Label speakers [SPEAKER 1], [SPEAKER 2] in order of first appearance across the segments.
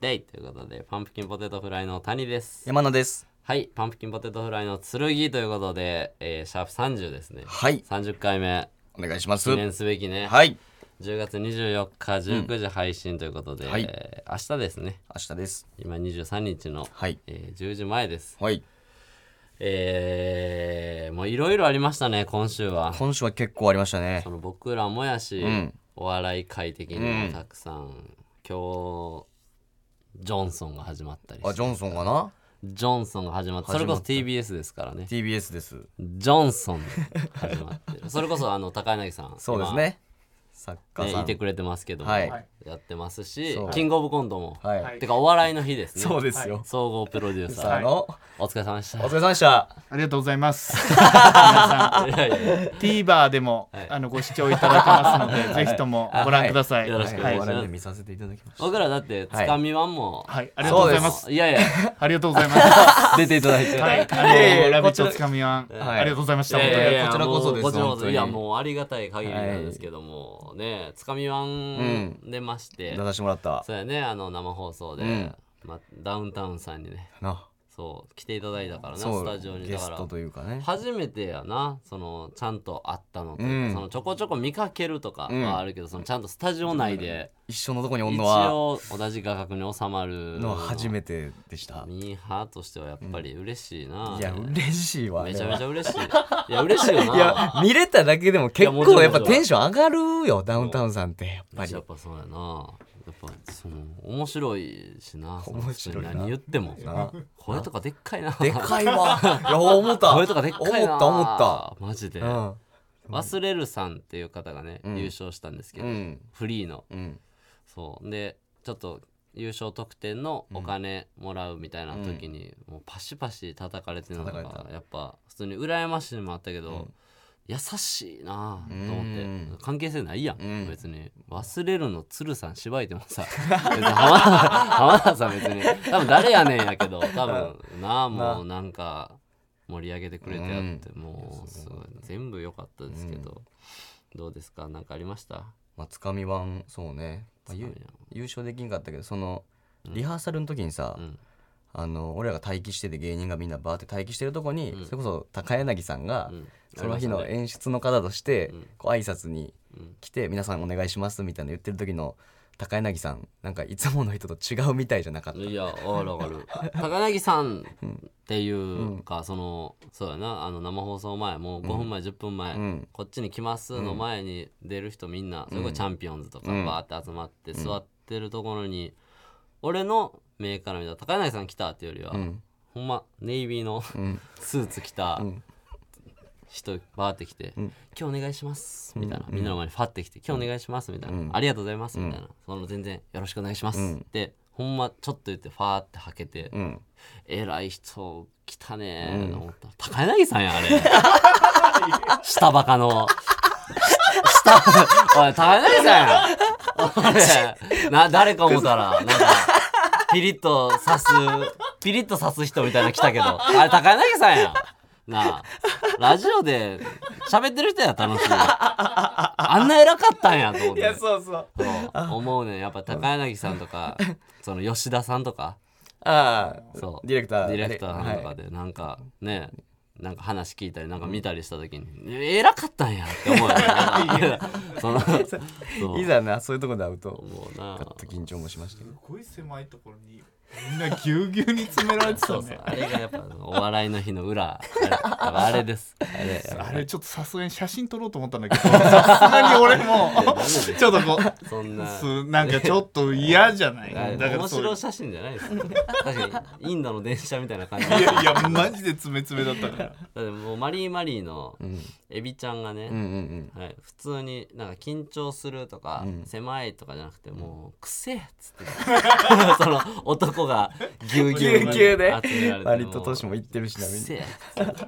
[SPEAKER 1] ペイということで、パンプキンポテトフライの谷です。
[SPEAKER 2] 山野です。
[SPEAKER 1] はい、パンプキンポテトフライの剣ということで、えーシャープ30ですね。
[SPEAKER 2] はい。
[SPEAKER 1] 30回目、
[SPEAKER 2] お願いします。
[SPEAKER 1] 記念すべきね。
[SPEAKER 2] はい。
[SPEAKER 1] 10月24日19時配信ということで、
[SPEAKER 2] はい
[SPEAKER 1] えー明日ですね。
[SPEAKER 2] 明日です。
[SPEAKER 1] 今23日の、
[SPEAKER 2] はい。
[SPEAKER 1] えー10時前です。
[SPEAKER 2] はい。
[SPEAKER 1] えー、もういろいろありましたね、今週は。
[SPEAKER 2] 今週は結構ありましたね
[SPEAKER 1] そ。の僕らもやし、
[SPEAKER 2] ん
[SPEAKER 1] お笑い界的にもたくさん、今日ジョンソンが始まったり
[SPEAKER 2] あ、
[SPEAKER 1] し
[SPEAKER 2] ジョンソンかな
[SPEAKER 1] ジョンソンが始まってそれこそ TBS ですからね
[SPEAKER 2] ?TBS です。
[SPEAKER 1] ジョンソンが始まってるそれこそあの高柳さん
[SPEAKER 2] そうですね。作
[SPEAKER 1] 今
[SPEAKER 2] 家さ
[SPEAKER 1] ねいて
[SPEAKER 2] ん。
[SPEAKER 1] くれてますけども、
[SPEAKER 2] はい
[SPEAKER 1] やってますし
[SPEAKER 2] そう
[SPEAKER 1] キングオブコントも、
[SPEAKER 2] は
[SPEAKER 3] はい
[SPEAKER 2] い。
[SPEAKER 1] てかお笑いの日ですね
[SPEAKER 2] そうですよ。
[SPEAKER 1] 総合プロデューサー、
[SPEAKER 2] さあの、
[SPEAKER 1] お疲れ様でし
[SPEAKER 2] お
[SPEAKER 1] た
[SPEAKER 2] 疲れ様でした。
[SPEAKER 3] ありがとうございます。
[SPEAKER 1] いやいや
[SPEAKER 3] TVer でも、あのご視聴いただけますので、ぜひともご覧ください。
[SPEAKER 1] よろしくお願いし
[SPEAKER 3] は
[SPEAKER 1] ま
[SPEAKER 3] い
[SPEAKER 1] す
[SPEAKER 2] 笑いで見させていただきまし
[SPEAKER 1] 僕らだってつかみワンも、
[SPEAKER 3] はいありがとうございます。
[SPEAKER 1] いやいや
[SPEAKER 3] ありがとうございます。は
[SPEAKER 2] た。出ていただいて。
[SPEAKER 3] い、
[SPEAKER 2] い
[SPEAKER 3] あ
[SPEAKER 2] や
[SPEAKER 3] のラビッ
[SPEAKER 2] こち
[SPEAKER 3] ト
[SPEAKER 2] ら
[SPEAKER 3] つかみは、
[SPEAKER 2] い
[SPEAKER 3] ありがとうございました。
[SPEAKER 1] い
[SPEAKER 3] 本当
[SPEAKER 1] やいやい
[SPEAKER 3] に
[SPEAKER 1] や
[SPEAKER 2] こちらこそです
[SPEAKER 1] もうこちらこ
[SPEAKER 2] 本当
[SPEAKER 1] そ
[SPEAKER 2] に
[SPEAKER 1] いやもうありがたい限りなんですけども、ねつかみワンでまして、
[SPEAKER 2] 出させてもらった。
[SPEAKER 1] そうやねあの生放送で、
[SPEAKER 2] うん
[SPEAKER 1] ま、ダウンタウンさんにね
[SPEAKER 2] な。
[SPEAKER 1] そう来ていただいたからね
[SPEAKER 2] そ
[SPEAKER 1] スタジオ
[SPEAKER 2] う。
[SPEAKER 1] に
[SPEAKER 2] ゲ
[SPEAKER 1] だか
[SPEAKER 2] ス
[SPEAKER 1] ら
[SPEAKER 2] トというかね。
[SPEAKER 1] 初めてやなそのちゃんと会ったのというか、
[SPEAKER 2] うん
[SPEAKER 1] そのちょこちょこ見かけるとかはあるけど、そのちゃんとスタジオ内で
[SPEAKER 2] 一緒のとこにおん
[SPEAKER 1] 一
[SPEAKER 2] のは、
[SPEAKER 1] 応同じ画角に収まる
[SPEAKER 2] のは初めてでした。
[SPEAKER 1] ミーハーとしてはやっぱり嬉しいな、
[SPEAKER 2] いや、嬉しいわ。
[SPEAKER 1] め
[SPEAKER 2] ね
[SPEAKER 1] ちゃめちゃ嬉しいいや嬉しいよない
[SPEAKER 2] や、見れただけでも結
[SPEAKER 1] いやもちろ
[SPEAKER 2] 構
[SPEAKER 1] ん
[SPEAKER 2] やっぱテンション上がるよ、ダウンタウンさんって、やっぱり
[SPEAKER 1] やっ。ぱそうやなやっぱその面白いしなその
[SPEAKER 2] 面白いな
[SPEAKER 1] 普通に何言っても
[SPEAKER 2] な
[SPEAKER 1] 声とかでっかいな
[SPEAKER 2] でかい わ。いや、思った。
[SPEAKER 1] 声とかでっかいな
[SPEAKER 2] 思った、思った。
[SPEAKER 1] マジで、
[SPEAKER 2] うん。
[SPEAKER 1] 忘れるさんっていう方がね、優勝したんですけど、
[SPEAKER 2] うん。
[SPEAKER 1] フリーの
[SPEAKER 2] うん。
[SPEAKER 1] そうでちょっと優勝得点のお金もらうみたいな時に、もうパシパシ叩かれてるのが
[SPEAKER 2] 叩かれ
[SPEAKER 1] やっぱ普通に羨ましいのもあったけど、優しいなあと思って、
[SPEAKER 2] うん
[SPEAKER 1] 関係性ないやん、
[SPEAKER 2] うん
[SPEAKER 1] 別に忘れるの鶴さんしばいても さ別に浜田浜田さん別に多分誰やねんやけど多分なあもうなんか盛り上げてくれてやって、もうすごい全部良かったですけど、どうですか何かありました
[SPEAKER 2] まあ、つかみ版、そうね。まあ、ゆ優勝できんかったけど、その、リハーサルの時にさ、
[SPEAKER 1] ん
[SPEAKER 2] あの俺らが待機してて芸人がみんなバーって待機してるとこに、それこそ高柳さんが、
[SPEAKER 1] ん
[SPEAKER 2] その日の演出の方として、こう挨拶に
[SPEAKER 1] うん
[SPEAKER 2] 来て「皆さんお願いします」みたいな言ってる時の高柳さんなんかいつもの人と違うみたいじゃなかった
[SPEAKER 1] いやあるある 高柳さんっていうか、そのそうやなあの生放送前もう5分前、10分前、
[SPEAKER 2] ん
[SPEAKER 1] こっちに来ますの前に出る人みんな、それこそチャンピオンズとか
[SPEAKER 2] うん
[SPEAKER 1] バーって集まって座ってるところに、俺の目から見たら高柳さん来たっていうよりは、
[SPEAKER 2] うん
[SPEAKER 1] ほんまネイビーの
[SPEAKER 2] うん
[SPEAKER 1] スーツ着た
[SPEAKER 2] ん
[SPEAKER 1] 人バーって来て、
[SPEAKER 2] ん
[SPEAKER 1] 今日お願いします」みたいな、みんなの前にファって来て「今日お願いします」みたいな、ありがとうございます」みたいな、その全然よろしくお願いします」ってほんまちょっと言ってファーってはけて、
[SPEAKER 2] うん
[SPEAKER 1] 偉い人来たねーと思った、高柳さん やあれ下バカの下おい高柳さんやんおいな誰か思ったらなんかピリッと刺すピリッと刺す人みたいなの来たけどあれ高柳さんやんなあラジオで喋ってる人や楽しいあんな偉かったんやと思って
[SPEAKER 2] そうそう
[SPEAKER 1] そう思うねんやっぱ高柳さんとかその吉田さんとか
[SPEAKER 2] ああ
[SPEAKER 1] そう
[SPEAKER 2] ディレクター
[SPEAKER 1] ディレクターさんと
[SPEAKER 2] は
[SPEAKER 1] か
[SPEAKER 2] い
[SPEAKER 1] でなんかねなんか話聞いたりなんか見たりした時にえ偉かったんやって思うよ ねそのそう
[SPEAKER 2] いざなそういうとこで会うと
[SPEAKER 1] もうな
[SPEAKER 2] ちょっと緊張もしましたけど
[SPEAKER 3] すごい狭いところに、みんなぎゅうぎゅうに詰められて
[SPEAKER 1] そ
[SPEAKER 3] た
[SPEAKER 1] うそう
[SPEAKER 3] ね。
[SPEAKER 1] あれがやっぱお笑いの日の 裏あれあれですあれ
[SPEAKER 3] あれちょっとさすがに写真撮ろうと思ったんだけど、さすがに俺も
[SPEAKER 1] いやダメで す、
[SPEAKER 3] ちょっとこう、
[SPEAKER 1] そんな
[SPEAKER 3] すなんかちょっと嫌じゃない
[SPEAKER 1] あれ
[SPEAKER 3] だから
[SPEAKER 1] 面
[SPEAKER 3] そうい
[SPEAKER 1] 白
[SPEAKER 3] う
[SPEAKER 1] い写真じゃないですよ確かにインドの電車みたいな感じ
[SPEAKER 3] いやいや、マジで詰め詰めだったから。
[SPEAKER 1] だってもうマリーマリーの
[SPEAKER 2] うん
[SPEAKER 1] エビちゃんがね、
[SPEAKER 2] うんうん
[SPEAKER 1] はい、普通になんか緊張するとか、
[SPEAKER 2] うん
[SPEAKER 1] 狭いとかじゃなくてもう「くせえ」っつって たその男がぎゅうぎゅうに
[SPEAKER 2] ぎゅうぎゅうで
[SPEAKER 1] 集めら
[SPEAKER 2] う
[SPEAKER 1] れ
[SPEAKER 2] ん
[SPEAKER 1] て
[SPEAKER 2] 割と年も
[SPEAKER 1] い
[SPEAKER 2] 行ってるし
[SPEAKER 1] く
[SPEAKER 2] なみんな
[SPEAKER 1] せえっつ って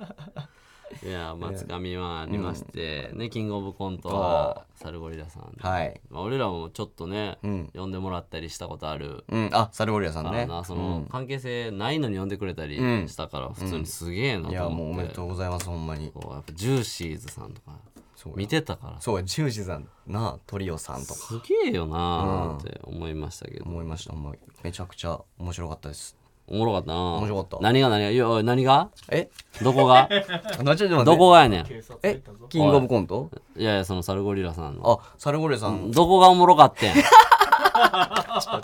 [SPEAKER 1] いやまあつかみはありまして、ねキングオブコントはサルゴリラさん、
[SPEAKER 2] はい
[SPEAKER 1] まあ、俺らもちょっとね、
[SPEAKER 2] うん
[SPEAKER 1] 呼んでもらったりしたことある
[SPEAKER 2] うんあサルゴリラさ
[SPEAKER 1] か
[SPEAKER 2] ん
[SPEAKER 1] ら
[SPEAKER 2] ね
[SPEAKER 1] な、その関係性ないのに呼んでくれたり
[SPEAKER 2] うん
[SPEAKER 1] したから普通にすげえな
[SPEAKER 2] うんい
[SPEAKER 1] と
[SPEAKER 2] やも
[SPEAKER 1] 思
[SPEAKER 2] うお
[SPEAKER 1] って、
[SPEAKER 2] めでとうございますほんまに
[SPEAKER 1] こうやっぱジューシーズさんとか
[SPEAKER 2] そう
[SPEAKER 1] 見てたから
[SPEAKER 2] そうやジュージさんなトリオさんとか
[SPEAKER 1] すげえよなーって思いましたけど、
[SPEAKER 2] 思いましたもうめちゃくちゃ面白かったです
[SPEAKER 1] おもろかったな
[SPEAKER 2] 面白かった
[SPEAKER 1] 何が何がいやおい何が
[SPEAKER 2] え
[SPEAKER 1] どこが
[SPEAKER 2] あなちょ っと待って
[SPEAKER 1] どこがやねん
[SPEAKER 2] えキングオブコント
[SPEAKER 1] いやいやそのサルゴリラさんの
[SPEAKER 2] あサルゴリラさん
[SPEAKER 1] どこがおもろか ってん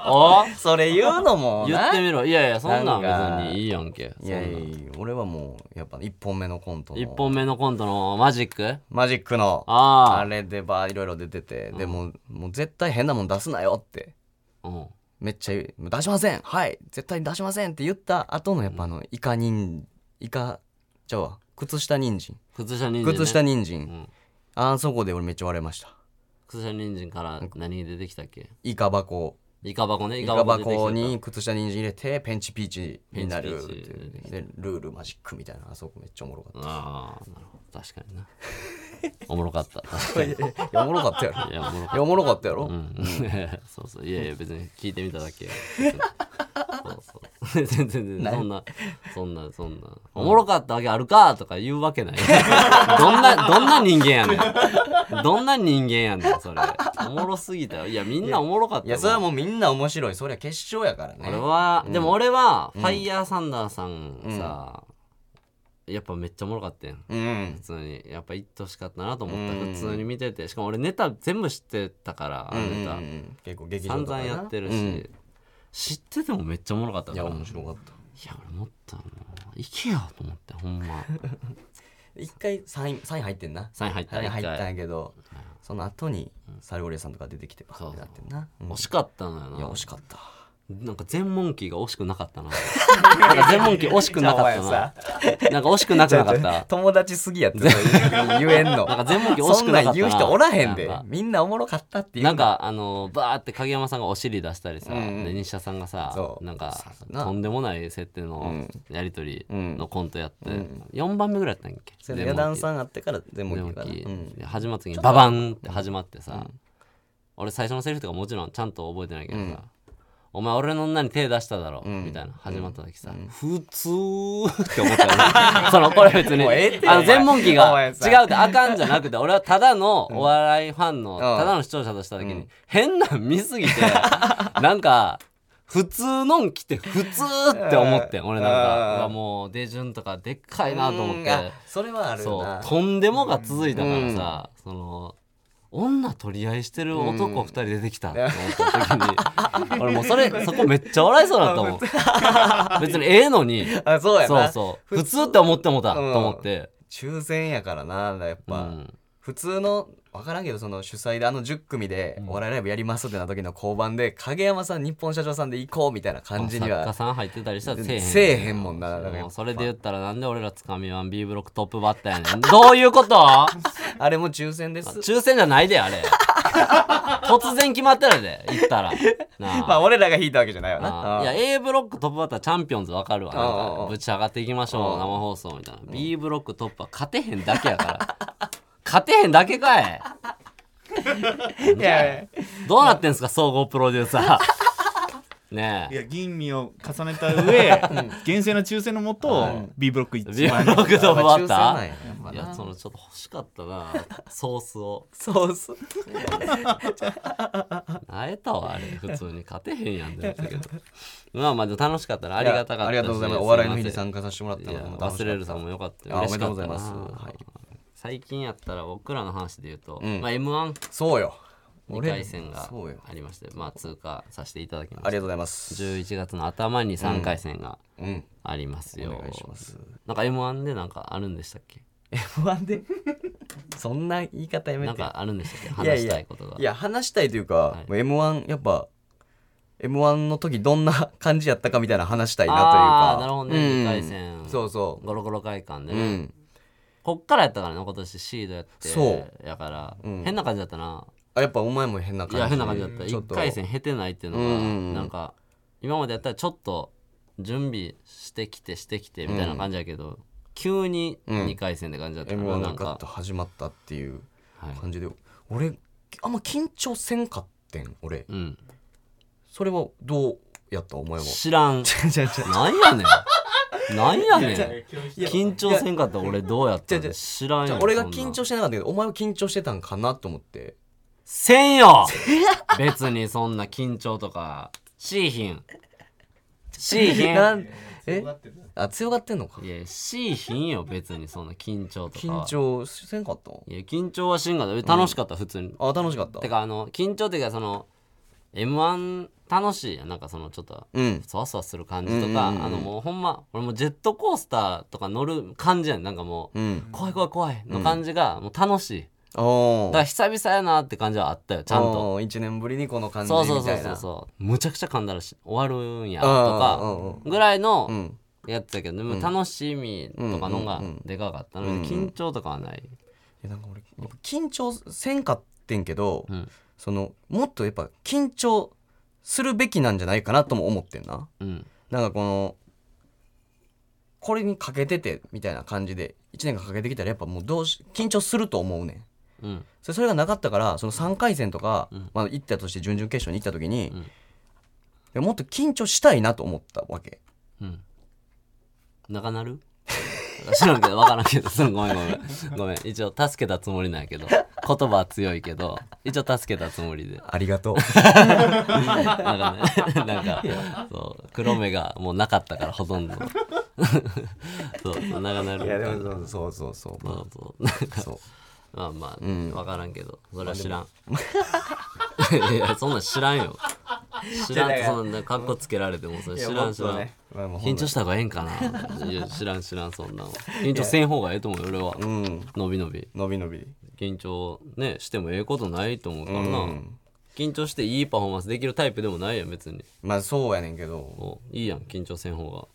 [SPEAKER 1] お
[SPEAKER 2] それ言うのも
[SPEAKER 1] 言ってみろいやいやそんなん
[SPEAKER 2] なんか
[SPEAKER 1] 別にいいやんけ
[SPEAKER 2] いやいやいや俺はもうやっぱ1本目のコントの
[SPEAKER 1] 1本目のコントのマジック
[SPEAKER 2] マジックのあ
[SPEAKER 1] あ
[SPEAKER 2] れでばいろいろ出てて、でももう絶対変なもん出すなよって
[SPEAKER 1] あ、うん、
[SPEAKER 2] めっちゃ言う「出しませんはい絶対に出しません」って言った後のやっぱあのイカ人イカちゃうわ靴下人参
[SPEAKER 1] 靴下人参、ね、
[SPEAKER 2] 靴下人参、
[SPEAKER 1] ん
[SPEAKER 2] あそこで俺めっちゃ割れました
[SPEAKER 1] 靴下人参から何出てきたっけ
[SPEAKER 2] イカ箱
[SPEAKER 1] イカ箱ね
[SPEAKER 2] イ
[SPEAKER 1] イ
[SPEAKER 2] カ
[SPEAKER 1] カ箱出てき
[SPEAKER 2] 箱
[SPEAKER 1] た
[SPEAKER 2] に靴下人参入れてペンチピーチになるって
[SPEAKER 1] ペンチピーチ
[SPEAKER 2] いうでルールマジックみたいなあそこめっちゃおも ろかっ
[SPEAKER 1] ああなるほど確かになおもろかった確
[SPEAKER 2] た
[SPEAKER 1] か
[SPEAKER 2] いやいやおもろかったやろ
[SPEAKER 1] にいやおもろかっ
[SPEAKER 2] いやおもろかったやろ、
[SPEAKER 1] たうんそうそういやいや別に聞いてみただけそうそう全然全然そんなそんなそんなおもろかったわけあるかとか言うわけないどんなどんな人間やねんどんな人間やねんそれおもろすぎたよいやみんなおもろかった
[SPEAKER 2] い
[SPEAKER 1] よ
[SPEAKER 2] やそれはもうみんな面白いそりゃ決勝やからね
[SPEAKER 1] 俺は、でも俺はファイヤーサンダーさんさ、やっぱめっちゃおもろかったやん
[SPEAKER 2] うん
[SPEAKER 1] 普通にやっぱ行ってほしかったなと思った、
[SPEAKER 2] うん
[SPEAKER 1] 普通に見ててしかも俺ネタ全部知ってたから、あのネタ
[SPEAKER 2] 結構劇場
[SPEAKER 1] 散
[SPEAKER 2] とか
[SPEAKER 1] 々
[SPEAKER 2] な
[SPEAKER 1] やってるし、
[SPEAKER 2] うん
[SPEAKER 1] 知っててもめっちゃおもろかった
[SPEAKER 2] い
[SPEAKER 1] か
[SPEAKER 2] や
[SPEAKER 1] らい
[SPEAKER 2] 面白かった
[SPEAKER 1] や俺もっともう行けよと思ってほん ま
[SPEAKER 2] 一回3位三位入ってんな
[SPEAKER 1] サイン入った
[SPEAKER 2] 3位入っ
[SPEAKER 1] 一
[SPEAKER 2] たん
[SPEAKER 1] 回
[SPEAKER 2] やけどその後にサルゴリラさんとか出てきてバーってなってんなうん
[SPEAKER 1] 惜しかったのよ
[SPEAKER 2] いや
[SPEAKER 1] な
[SPEAKER 2] 惜しかった
[SPEAKER 1] なんか全問キーが惜しくなかった ななんか全問キー惜しくなかった
[SPEAKER 2] じゃ
[SPEAKER 1] ななんか惜しくなくなかった
[SPEAKER 2] 友達すぎやってそれ言えんの
[SPEAKER 1] なんか全問キー惜し
[SPEAKER 2] そ
[SPEAKER 1] く
[SPEAKER 2] ん
[SPEAKER 1] な
[SPEAKER 2] な
[SPEAKER 1] かったなん
[SPEAKER 2] 言う人おらへんで
[SPEAKER 1] なんか
[SPEAKER 2] みんなおもろかったっていう
[SPEAKER 1] なんかあのバーって影山さんがお尻出したりさ、
[SPEAKER 2] うんうん
[SPEAKER 1] で西田さんがさ
[SPEAKER 2] そう
[SPEAKER 1] なんか
[SPEAKER 2] そうな
[SPEAKER 1] とんでもない設定
[SPEAKER 2] う
[SPEAKER 1] の
[SPEAKER 2] ん
[SPEAKER 1] やり取り
[SPEAKER 2] うん
[SPEAKER 1] のコントやって、4番目ぐらいやったんやっけ
[SPEAKER 2] それでダンさんあってから全部
[SPEAKER 1] デ
[SPEAKER 2] 言
[SPEAKER 1] モキ
[SPEAKER 2] うから
[SPEAKER 1] ー
[SPEAKER 2] うん
[SPEAKER 1] で始まった時にババンって始まってさ、俺最初のセリフとかもちろんちゃんと覚えてないけどさ、お前俺の女に手出しただろ、みたいな始まった時さ、普通って思ったよ ねそのこれ別に
[SPEAKER 2] もうええって
[SPEAKER 1] あの全問記
[SPEAKER 2] お
[SPEAKER 1] が違う
[SPEAKER 2] 前
[SPEAKER 1] っ
[SPEAKER 2] さ
[SPEAKER 1] てあかんじゃなくて俺はただのお笑いファンの、ただの視聴者とした時に、変なん見 すぎてなんか普通のん来て普通って思ってん俺なんか
[SPEAKER 2] うん
[SPEAKER 1] うわもう出順とかでっかいなと思って。
[SPEAKER 2] うんあそれはある
[SPEAKER 1] そう
[SPEAKER 2] な
[SPEAKER 1] とんでもが続いたからさ、その女取り合いしてる男2人出てきたって思った 時に、俺もうそれ そこめっちゃ笑いそうだったもん 別にええのに
[SPEAKER 2] あそうや
[SPEAKER 1] そう
[SPEAKER 2] な
[SPEAKER 1] そう普通って思ってもた、
[SPEAKER 2] うん
[SPEAKER 1] と思って、
[SPEAKER 2] 抽選やからなやっ
[SPEAKER 1] う
[SPEAKER 2] ぱ
[SPEAKER 1] ん
[SPEAKER 2] 普通の分からんけどその主催であの10組でお笑いライブやりますってな時の交番で影山さん日本社長さんで行こうみたいな感じに
[SPEAKER 1] 作家
[SPEAKER 2] は
[SPEAKER 1] さん入ってたりしたらせえへん
[SPEAKER 2] せえへんもんなだから
[SPEAKER 1] も
[SPEAKER 2] やっ
[SPEAKER 1] う
[SPEAKER 2] ぱ
[SPEAKER 1] それで言ったらなんで俺らつかみワン B ブロックトップバッターやねんどういう こと
[SPEAKER 2] あれも抽選です
[SPEAKER 1] 抽選じゃないであれ突然決まってるで行ったらなあ
[SPEAKER 2] まあ俺らが引いたわけじゃないわ
[SPEAKER 1] あ
[SPEAKER 2] な
[SPEAKER 1] ーいや
[SPEAKER 2] うん
[SPEAKER 1] A ブロックトップバッターチャンピオンズわかるわ
[SPEAKER 2] あー
[SPEAKER 1] なんかぶち上がっていきましょう生放送みたいな B ブロックトップは勝てへんだけやから 勝てへんだけかい
[SPEAKER 2] いやい
[SPEAKER 1] どうなってんすか総合プロデューサー ね
[SPEAKER 3] い
[SPEAKER 1] え
[SPEAKER 3] や吟味を重ねた上厳正な抽選のもと B ブロック
[SPEAKER 1] B
[SPEAKER 3] 1
[SPEAKER 1] ブ
[SPEAKER 3] 枚
[SPEAKER 1] ロック
[SPEAKER 2] や
[SPEAKER 1] トップバッター
[SPEAKER 2] 抽選なんややっぱ
[SPEAKER 1] い
[SPEAKER 2] な
[SPEAKER 1] やそのちょっと欲しかったなソースを
[SPEAKER 2] そうそう
[SPEAKER 1] 会えたわあれ普通に勝てへんやんってなったけどまあまあでも楽しかったなありがたかったし
[SPEAKER 2] ありがとうございますお笑いの日に
[SPEAKER 1] すません
[SPEAKER 2] 参加させてもらった
[SPEAKER 1] い
[SPEAKER 2] の
[SPEAKER 1] や
[SPEAKER 2] も楽しか
[SPEAKER 1] 忘
[SPEAKER 2] った
[SPEAKER 1] れるさんもよかったよ
[SPEAKER 2] あ
[SPEAKER 1] 嬉しかっ
[SPEAKER 2] おめ
[SPEAKER 1] た
[SPEAKER 2] でと
[SPEAKER 1] な
[SPEAKER 2] うございますはい
[SPEAKER 1] 最近やったら僕らの話で言うと、
[SPEAKER 2] ん
[SPEAKER 1] まあ m 1
[SPEAKER 2] そうよ
[SPEAKER 1] 2
[SPEAKER 2] 俺ら
[SPEAKER 1] 回戦が
[SPEAKER 2] そうよ
[SPEAKER 1] ありましてまあ通過させていただきま
[SPEAKER 2] あり
[SPEAKER 1] した
[SPEAKER 2] がとうございます
[SPEAKER 1] 11月の頭に3回戦が
[SPEAKER 2] うん
[SPEAKER 1] ありますよ、
[SPEAKER 2] お願いします
[SPEAKER 1] なんか m 1でなんかあるんでしたっけ
[SPEAKER 2] F1 でそんな言い方やめ
[SPEAKER 1] なん
[SPEAKER 2] て
[SPEAKER 1] かあるんでしたっけ
[SPEAKER 2] いや
[SPEAKER 1] 話
[SPEAKER 2] いや
[SPEAKER 1] したいことが
[SPEAKER 2] いや話したいというか、
[SPEAKER 1] い
[SPEAKER 2] もう m 1やっぱ m 1の時どんな 感じやったかみたいな話したいなという
[SPEAKER 1] あ
[SPEAKER 2] か
[SPEAKER 1] あなるほどね、
[SPEAKER 2] うん
[SPEAKER 1] 2回戦
[SPEAKER 2] そうそ
[SPEAKER 1] ゴロゴロ会館で
[SPEAKER 2] うう
[SPEAKER 1] ね、
[SPEAKER 2] ん
[SPEAKER 1] こっからやったからね今年シードやって
[SPEAKER 2] そ
[SPEAKER 1] やから、
[SPEAKER 2] うん
[SPEAKER 1] 変な感じだったな
[SPEAKER 2] あやっぱお前も変ない感じ
[SPEAKER 1] や変な感じだった
[SPEAKER 2] ちょ
[SPEAKER 1] 1
[SPEAKER 2] っと
[SPEAKER 1] 回戦経てないっていうの
[SPEAKER 2] うんう
[SPEAKER 1] が
[SPEAKER 2] ん
[SPEAKER 1] なんか今までやったらちょっと準備してきてしてきてみたいな感じやけど急に
[SPEAKER 2] うん
[SPEAKER 1] 2回戦って感じだったか
[SPEAKER 2] m
[SPEAKER 1] ら
[SPEAKER 2] 1
[SPEAKER 1] な
[SPEAKER 2] の
[SPEAKER 1] ん
[SPEAKER 2] カッ
[SPEAKER 1] か
[SPEAKER 2] ト始まったっていう
[SPEAKER 1] はい
[SPEAKER 2] 感じで、俺あんま緊張せんかってん俺
[SPEAKER 1] うん
[SPEAKER 2] それはどうやったお前は
[SPEAKER 1] 知らん
[SPEAKER 2] 違う違う違う
[SPEAKER 1] なんやねんなんやねん
[SPEAKER 2] いや
[SPEAKER 1] 緊張せんかったら俺どうやった
[SPEAKER 2] いや
[SPEAKER 1] ん知らん
[SPEAKER 2] じゃ
[SPEAKER 1] よ
[SPEAKER 2] あ俺が
[SPEAKER 1] そんな
[SPEAKER 2] 緊張してなかったけどお前は緊張してたんかなと思って
[SPEAKER 1] せん よ別にそんな緊張とかしいひ んしいひんい
[SPEAKER 2] な
[SPEAKER 1] や
[SPEAKER 2] んえあ強がってんのか
[SPEAKER 1] しいひんよ別にそんな緊張とか
[SPEAKER 2] 緊張せんかった
[SPEAKER 1] いや緊張はしんがった楽しかった普通に
[SPEAKER 2] あ楽しかった
[SPEAKER 1] てかあの緊張っていうかその m 1楽しいやんなんかそのちょっと
[SPEAKER 2] うん
[SPEAKER 1] そわそわする感じと
[SPEAKER 2] う
[SPEAKER 1] か、
[SPEAKER 2] んうんうんうん
[SPEAKER 1] あのもうほんま俺もうジェットコースターとか乗る感じやんなんかもう、
[SPEAKER 2] うん
[SPEAKER 1] 怖い怖い怖いの感じがもう楽しい、だ
[SPEAKER 2] おー
[SPEAKER 1] から久々やなって感じはあったよちゃんと
[SPEAKER 2] おー一年ぶりにこの感じみ
[SPEAKER 1] そ
[SPEAKER 2] た
[SPEAKER 1] う
[SPEAKER 2] いな
[SPEAKER 1] そうそうそうそうむちゃくちゃ噛んだらし終わるんやと
[SPEAKER 2] うんうん
[SPEAKER 1] か
[SPEAKER 2] う
[SPEAKER 1] ぐらいの
[SPEAKER 2] ん
[SPEAKER 1] やつだけど、でも楽しみとかのがでかかったので、緊張とかはない、
[SPEAKER 2] いやなんか俺やっぱ緊張せんかってんけど、
[SPEAKER 1] うん
[SPEAKER 2] そのもっとやっぱ緊張するべきなんじゃないかなとも思ってんな
[SPEAKER 1] うん、
[SPEAKER 2] なんかこのこれにかけててみたいな感じで1年間かけてきたらやっぱもうどうし緊張すると思うねん
[SPEAKER 1] うん、
[SPEAKER 2] それそれがなかったからその3回戦とか、
[SPEAKER 1] ん
[SPEAKER 2] まあ、行ったとして準々決勝に行った時に
[SPEAKER 1] うん、
[SPEAKER 2] でもっと緊張したいなと思ったわけ
[SPEAKER 1] うん。長なる 知らんけど、わからんけど、 そのごめんごめん。ごめん。一応、助けたつもりなんやけど、言葉は強いけど、一応、助けたつもりで。
[SPEAKER 2] ありがとう
[SPEAKER 1] なんかね、 なんか、そう、黒目がもうなかったから、ほとんど。 そうそう、長なる。
[SPEAKER 2] もそうそうそうそう
[SPEAKER 1] そうそう。 なんか、
[SPEAKER 2] そう
[SPEAKER 1] まあまあ、
[SPEAKER 2] ん
[SPEAKER 1] わからんけど、それは知らん。 いや、そんなん知らんよ。知らんって、そんな、かっこつけられても、それ知らん、知らん。
[SPEAKER 2] まあもうほ
[SPEAKER 1] 緊
[SPEAKER 2] んと
[SPEAKER 1] 張した方がええんかないや知らん知らんそんなの緊張せん方がええと思うよ俺は
[SPEAKER 2] うん
[SPEAKER 1] のびのび
[SPEAKER 2] 伸び伸び
[SPEAKER 1] 緊張ねしてもええことないと思うからな、
[SPEAKER 2] うん
[SPEAKER 1] 緊張していいパフォーマンスできるタイプでもないやん別に
[SPEAKER 2] まあそうやねんけど、
[SPEAKER 1] もういいやん緊張せん方が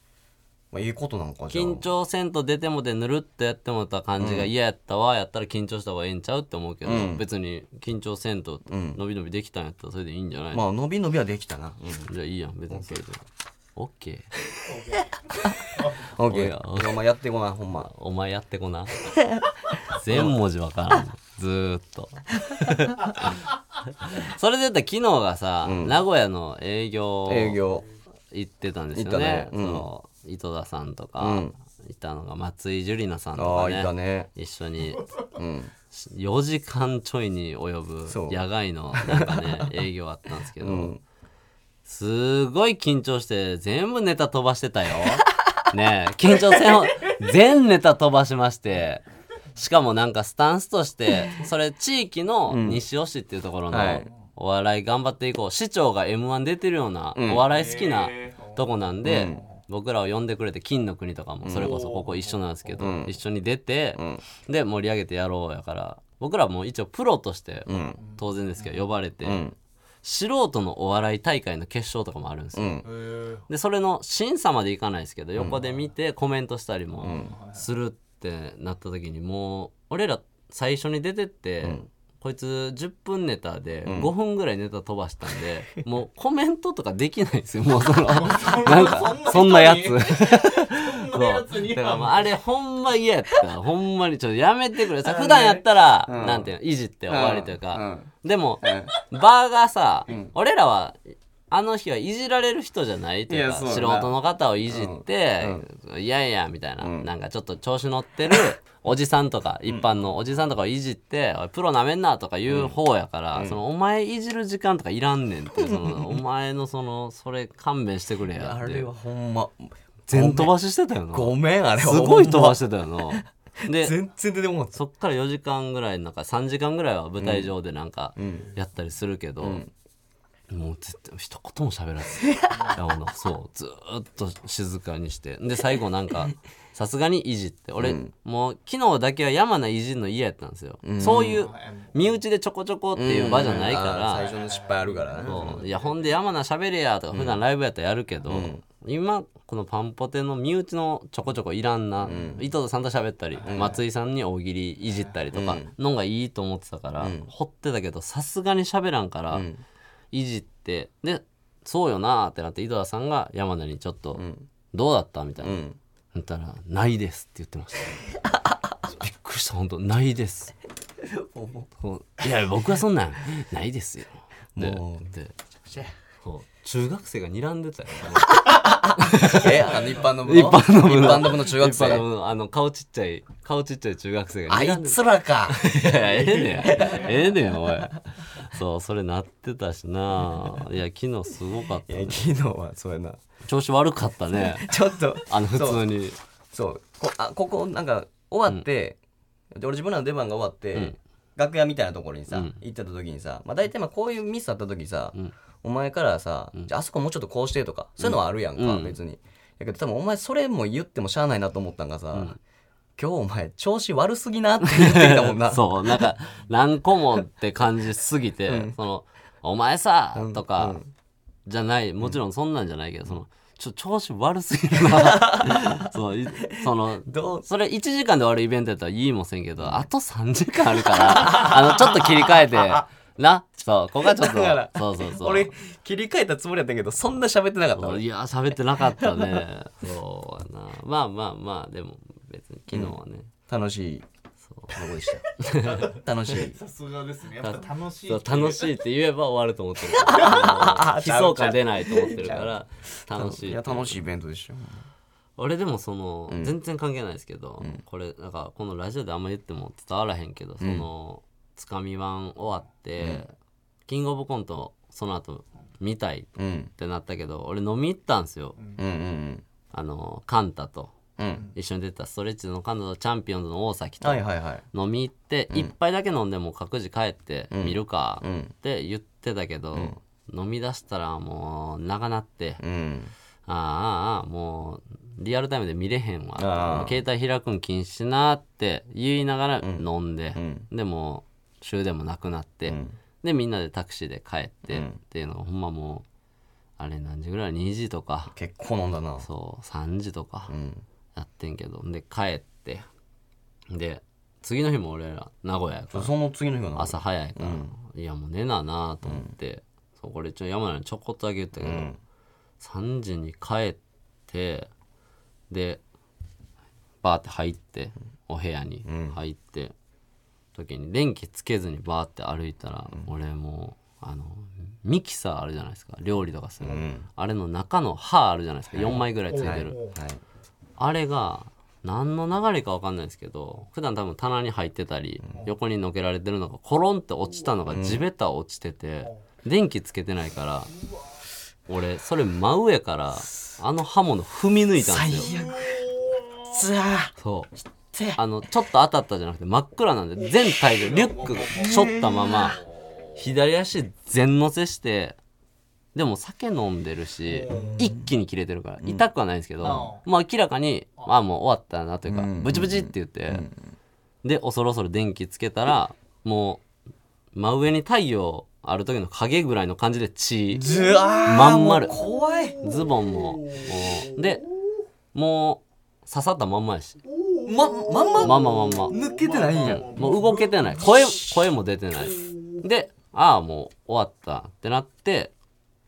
[SPEAKER 2] まあ、いいことなんかじゃあ
[SPEAKER 1] 緊張せんと出てもでぬるっとやってもらった感じが嫌やったわ、やったら緊張した方がええんちゃうって思うけど、別に緊張せんとのびのびできたんやったらそれでいいんじゃないの、
[SPEAKER 2] まあ伸び伸びはできたな、
[SPEAKER 1] じゃあいいやん別にそれで OK
[SPEAKER 2] うん、オッ
[SPEAKER 1] お
[SPEAKER 2] ケ
[SPEAKER 1] や
[SPEAKER 2] ーお前やってこないほんま
[SPEAKER 1] お前やって こな全文字わからんずーっと それで言ったら昨日がさ、名古屋の営業
[SPEAKER 2] 営業
[SPEAKER 1] 行ってたんですよ
[SPEAKER 2] 行った
[SPEAKER 1] ね
[SPEAKER 2] ねうん
[SPEAKER 1] その井戸田さんとか、
[SPEAKER 2] うん
[SPEAKER 1] いたのが松井樹里奈さんと
[SPEAKER 2] あ
[SPEAKER 1] か
[SPEAKER 2] あい
[SPEAKER 1] ね
[SPEAKER 2] たね
[SPEAKER 1] 一緒に
[SPEAKER 2] うん
[SPEAKER 1] 4時間ちょいに及
[SPEAKER 2] そう
[SPEAKER 1] ぶ野外のなんかね営業あったんですけど、
[SPEAKER 2] うん
[SPEAKER 1] すごい緊張して全部ネタ飛ばしてたよ ねえ緊張せんほ全ネタ飛ばしましてしかもなんかスタンスとしてそれ地域の西尾市っていうところ
[SPEAKER 2] は
[SPEAKER 1] の
[SPEAKER 2] い
[SPEAKER 1] お笑い頑張っていこう市長が m 1出てるようなお笑い好きなとこなんで、僕らを呼んでくれて金の国とかもそれこそここ一緒なんですけど、一緒に出て、で盛り上げてやろうやから僕らも一応プロとして
[SPEAKER 2] うん
[SPEAKER 1] 当然ですけど呼ばれて、
[SPEAKER 2] うん
[SPEAKER 1] 素人のお笑い大会の決勝とかもあるんですよ、
[SPEAKER 2] うん
[SPEAKER 1] でそれの審査までいかないですけど横で見てコメントしたりもするってなった時にもう俺ら最初に出てって、こいつ10分ネタで5分ぐらいネタ飛ばしたんで、 もうコメントとかできないんですよもうそのなんかそんなやつそうだからまああれほんま嫌やった ほんまにちょっとやめてくれさ普段やったら、
[SPEAKER 2] うん
[SPEAKER 1] なんていうのいじって終わりというか、
[SPEAKER 2] うん
[SPEAKER 1] でも、
[SPEAKER 2] う
[SPEAKER 1] バーがさ、
[SPEAKER 2] ん
[SPEAKER 1] 俺らはあの日はいじられる人じゃないというか
[SPEAKER 2] いやそうや
[SPEAKER 1] 素
[SPEAKER 2] な
[SPEAKER 1] 人の方をいじって「いやいや」みたいな、なんかちょっと調子乗って るおじさんとか一般のおじさんとかをいじって「おいプロなめんな」とか言う方やから、そのお前いじる時間とかいらんねんってその お前のそのそれ勘弁してくれや
[SPEAKER 2] あ
[SPEAKER 1] って
[SPEAKER 2] れはほんま
[SPEAKER 1] 全飛ばししてたよな
[SPEAKER 2] ごめんあれ
[SPEAKER 1] すごい飛ば
[SPEAKER 2] し
[SPEAKER 1] してたよ なで
[SPEAKER 2] 全然出てこなかった
[SPEAKER 1] そっから4時間ぐらいなんか3時間ぐらいは舞台上でなんか
[SPEAKER 2] ん
[SPEAKER 1] やったりするけど、
[SPEAKER 2] ん
[SPEAKER 1] もう絶対一言も喋らずいやほなそうずーっと静かにしてで最後なんかさすがにいじって俺、もう昨日だけは山名いじんの嫌やったんですよ、そういう身内でちょこちょこっていう場じゃないか
[SPEAKER 2] あー最
[SPEAKER 1] ら、
[SPEAKER 2] 初の失敗あるからね
[SPEAKER 1] そういやほんで山名喋れやとか普段ライブやったらやるけど、今このパンポテの身内のちょこちょこいらんな、井戸田さんと喋ったり、松井さんに大喜利いじったりとかのんがいいと思ってたから、掘ってたけどさすがに喋らんから、いじってでそうよなーってなって井戸田さんが山名にちょっと、どうだったみたいな、
[SPEAKER 2] ん
[SPEAKER 1] 言ったら「ないです」って言ってました びっくりした本当ないです」そういや僕はそんなんないですよ」で
[SPEAKER 2] もう
[SPEAKER 1] でそう中学生が睨んでたよ
[SPEAKER 2] えあの一般の部の
[SPEAKER 1] 一般の部の
[SPEAKER 2] 一般の部の中学
[SPEAKER 1] 一般
[SPEAKER 2] 生
[SPEAKER 1] の部のあの顔ちっちゃい顔ちっちゃい中学生が
[SPEAKER 2] あ
[SPEAKER 1] 苦
[SPEAKER 2] い
[SPEAKER 1] んで
[SPEAKER 2] つらか
[SPEAKER 1] いやいやええねんええねんおいそうそれなってたしないや昨日すごかっ た
[SPEAKER 2] いや
[SPEAKER 1] ね
[SPEAKER 2] 昨日はそうやな
[SPEAKER 1] 調子悪かったね
[SPEAKER 2] ちょっと
[SPEAKER 1] あの普
[SPEAKER 2] そう
[SPEAKER 1] 通に
[SPEAKER 2] そうこあここなんか終わって、で俺自分らの出番が終わって、
[SPEAKER 1] うん
[SPEAKER 2] 楽屋みたいなところにさ、
[SPEAKER 1] うん
[SPEAKER 2] 行ってた時にさ、まあ、大体まあこういうミスあった時さ、
[SPEAKER 1] ん
[SPEAKER 2] お前からさ、じゃああそこもうちょっとこうしてとかそういうのはあるやんか、
[SPEAKER 1] うん
[SPEAKER 2] 別にやけど多分お前それも言ってもしゃあないなと思ったんがさ、今日お前調子悪すぎなって言ってきたもん な
[SPEAKER 1] そうなんか何個もって感じすぎて、
[SPEAKER 2] うん
[SPEAKER 1] その「お前さ」
[SPEAKER 2] うん
[SPEAKER 1] とか、
[SPEAKER 2] うん
[SPEAKER 1] じゃないもちろんそんなんじゃないけど、そのちょ調子悪すぎる なそういその
[SPEAKER 2] どう
[SPEAKER 1] それ1時間で終わるイベントやったらいいもせんけど、あと3時間あるから あのちょっと切り 替えてなそうここはちょっと
[SPEAKER 2] だから
[SPEAKER 1] そうそうそう
[SPEAKER 2] 俺切り替えたつもりやったけどそんな喋ってなかった
[SPEAKER 1] そう
[SPEAKER 2] 俺
[SPEAKER 1] いや喋ってなかった ねそうやなまあまあまあでも別に昨日はね、
[SPEAKER 2] 楽しいとこでした 楽しい
[SPEAKER 3] さすがですね。やっぱ楽しい。
[SPEAKER 1] そう楽しいって言えば終わると思 ってるからあの
[SPEAKER 2] ち
[SPEAKER 1] 悲
[SPEAKER 2] ゃう
[SPEAKER 1] 壮感出ないと思ってるから楽しい
[SPEAKER 2] いや楽しいイベントでしたよ
[SPEAKER 1] 俺でもその、全然関係ないですけど、これなんかこのラジオであんま言っても伝わらへんけど、そのつかみ版終わって、キングオブコントその後見たいっ
[SPEAKER 2] うん
[SPEAKER 1] てなったけど俺飲み行ったんですよ、
[SPEAKER 2] うんうん
[SPEAKER 1] あのカンタと
[SPEAKER 2] うんうん
[SPEAKER 1] 一緒に出たストレッチのカンタとチャンピオンズの大崎と
[SPEAKER 2] はいはいはい
[SPEAKER 1] 飲み行って、一杯だけ飲んでもう各自帰って見るか
[SPEAKER 2] うん
[SPEAKER 1] って言ってたけど、飲み出したらもう長なって、
[SPEAKER 2] うん
[SPEAKER 1] ああああもうリアルタイムで見れへん
[SPEAKER 2] あ
[SPEAKER 1] わ
[SPEAKER 2] あ
[SPEAKER 1] 携帯開くん禁止なって言いながら飲んで、
[SPEAKER 2] ん
[SPEAKER 1] でもう終電もなくなって、
[SPEAKER 2] ん
[SPEAKER 1] でみんなでタクシーで帰って、
[SPEAKER 2] うん
[SPEAKER 1] っていうのがほんまもうあれ何時ぐらい2時とか
[SPEAKER 2] 結構飲んだな
[SPEAKER 1] そう3時とか
[SPEAKER 2] うん
[SPEAKER 1] やってんけどで帰ってで次の日も俺ら名古屋やから
[SPEAKER 2] その次の日はな
[SPEAKER 1] 朝早いから、いやもう寝ななと思って、そうこれちょ山名にちょこっとだけ言ったけど、
[SPEAKER 2] ん
[SPEAKER 1] 3時に帰ってでバーって入ってお部屋に入って、時に電気つけずにバーって歩いたら、俺もうあのミキサーあるじゃないですか料理とかする、あれの中の歯あるじゃないですか4枚ぐらいついてる、
[SPEAKER 2] はい
[SPEAKER 1] あれが何の流れか分かんないですけど普段多分棚に入ってたり横にのけられてるのがコロンって落ちたのが地べた落ちてて電気つけてないから俺それ真上からあの刃物踏み抜いたんですよ
[SPEAKER 2] 最悪つあ
[SPEAKER 1] そう
[SPEAKER 2] て
[SPEAKER 1] あのちょっと当たったじゃなくて真っ暗なんで全体重リュックしょったまま左足全乗せしてでも酒飲んでるし一気に切れてるから痛くはないんですけど、まあ明らかにまあもう終わったなというか、
[SPEAKER 2] うん
[SPEAKER 1] ブチブチって言って、で恐ろ恐ろ電気つけたらもう真上に太陽ある時の影ぐらいの感じで血
[SPEAKER 2] ずあ
[SPEAKER 1] まん丸
[SPEAKER 2] もう怖い
[SPEAKER 1] ズボンももうでもう刺さったまんまやし
[SPEAKER 2] ままんま
[SPEAKER 1] まんままんま。
[SPEAKER 2] 抜けてないんや
[SPEAKER 1] もう動けてない声声も出てないでああもう終わったってなって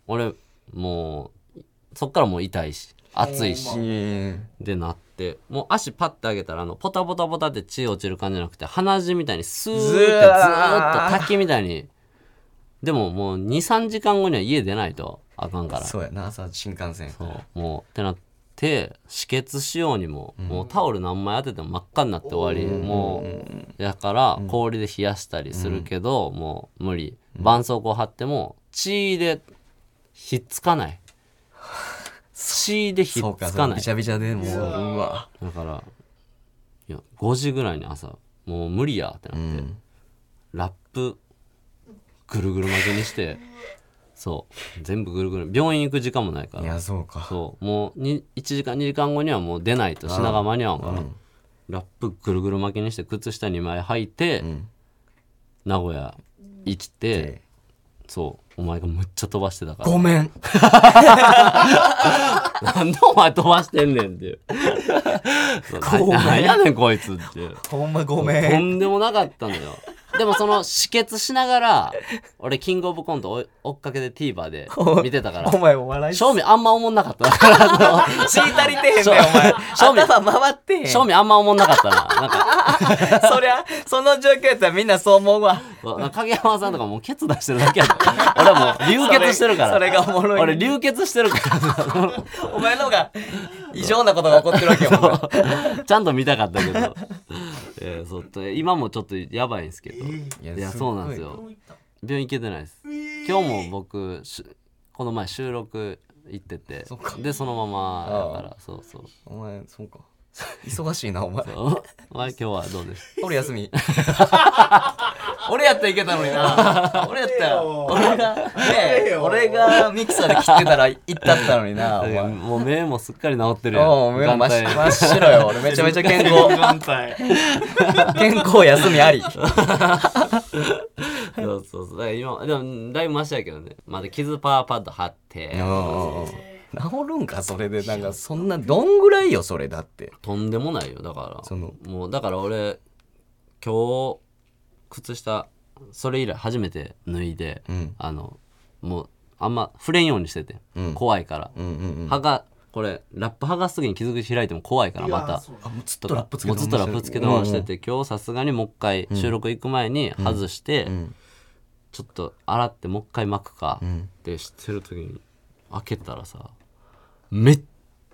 [SPEAKER 1] 俺もうそっからもう痛いし暑いしでなってもう足パッて上げたらあのポタポタポタって血落ちる感じじゃなくて鼻血みたいにスーッてず
[SPEAKER 2] ず
[SPEAKER 1] ー
[SPEAKER 2] わー
[SPEAKER 1] っと滝みたいにでももう23時間後には家出ないとあかんから
[SPEAKER 2] そうやな朝新幹線
[SPEAKER 1] そうもうってなって止血しようにも、もうタオル何枚当てても真っ赤になって終わり、もうだから氷で冷やしたりするけど、もう無理絆創膏貼っても血でひっつかない血でひっ
[SPEAKER 2] そうか
[SPEAKER 1] つ
[SPEAKER 2] そ
[SPEAKER 1] か
[SPEAKER 2] う
[SPEAKER 1] な
[SPEAKER 2] び
[SPEAKER 1] い
[SPEAKER 2] ちゃびちゃでもううわ
[SPEAKER 1] だからいや5時ぐらいに朝もう無理やってなって、ラップぐるぐる巻きにしてそう全部ぐるぐる病院行く時間もないから
[SPEAKER 2] いやそうか
[SPEAKER 1] そうもうに1時間2時間後にはもう出ないと品が間に合わんから、ラップぐるぐる巻きにして靴下2枚履いて、
[SPEAKER 2] ん
[SPEAKER 1] 名古屋行ってそうお前がむっちゃ飛ばしてたから
[SPEAKER 2] ごめん
[SPEAKER 1] なんでお前飛ばしてんねんっ ていうそうななんやねんこいつっていう
[SPEAKER 2] ほんまご
[SPEAKER 1] と
[SPEAKER 2] めん
[SPEAKER 1] んでもなかったのよでもその止血しながら俺キングオブコント追い追っかけで TVer で見てたから
[SPEAKER 2] お前お笑い
[SPEAKER 1] 正味あんま思んなかったな あの
[SPEAKER 2] 血足りてへんねんお前
[SPEAKER 1] 正味
[SPEAKER 2] 頭回ってへん
[SPEAKER 1] 正
[SPEAKER 2] そ
[SPEAKER 1] 味あんま思んなかったななんか
[SPEAKER 2] りゃその状況やったらみんなそう思うわ
[SPEAKER 1] なんか影山さんとかもうケツ出してるだけ やった俺もう流血してるから
[SPEAKER 2] それそれがおもろい
[SPEAKER 1] 俺流血してるか
[SPEAKER 2] お前の方が異常なことが起こってるわけよお前
[SPEAKER 1] らちゃんと見たかったけど、えーそうえ今もちょっとやばいんですけど、
[SPEAKER 2] いや
[SPEAKER 1] いや
[SPEAKER 2] すっ
[SPEAKER 1] そ
[SPEAKER 2] ごいう
[SPEAKER 1] なんですよ病院行けてないです今日も僕しこの前収録行ってて
[SPEAKER 2] そっか
[SPEAKER 1] でそのままだからそうそう
[SPEAKER 2] お前そうか忙しいなお前
[SPEAKER 1] そうお前今日はどうでし
[SPEAKER 2] 俺 休み俺やったらいけたのにな俺やったら俺がねえ俺がミキサーで切ってたら行ったったのにな
[SPEAKER 1] た
[SPEAKER 2] お
[SPEAKER 1] い
[SPEAKER 2] 前
[SPEAKER 1] やもう目もすっかり治ってるやん
[SPEAKER 2] おう目も真っ
[SPEAKER 1] 眼帯
[SPEAKER 2] 真っ白よ俺めちゃめちゃ 健康
[SPEAKER 3] 眼帯
[SPEAKER 2] 健康休みあり
[SPEAKER 1] そうそうそうだから今でもだいぶマシやけどねまだ傷パワーパッド貼って
[SPEAKER 2] 治るんかそれでなんかそんなどんぐらいよそれだって
[SPEAKER 1] とんでもないよだから
[SPEAKER 2] その
[SPEAKER 1] もうだから俺今日靴下それ以来初めて脱いで、
[SPEAKER 2] うん
[SPEAKER 1] あのもうあんま触れんようにしてて、
[SPEAKER 2] うん
[SPEAKER 1] 怖いから、
[SPEAKER 2] うんうんうん
[SPEAKER 1] はがこれラップ剥がす時に傷口開いても怖いからまた
[SPEAKER 2] あもうずっ
[SPEAKER 1] と
[SPEAKER 2] とラッ
[SPEAKER 1] か
[SPEAKER 2] プつけ
[SPEAKER 1] もうずっとラップつけたまましてて、今日さすがにもう一回収録行く前に外して、
[SPEAKER 2] ん
[SPEAKER 1] ちょっと洗ってもう一回巻くかっ
[SPEAKER 2] ん
[SPEAKER 1] て知ってる時に開けたらさめっ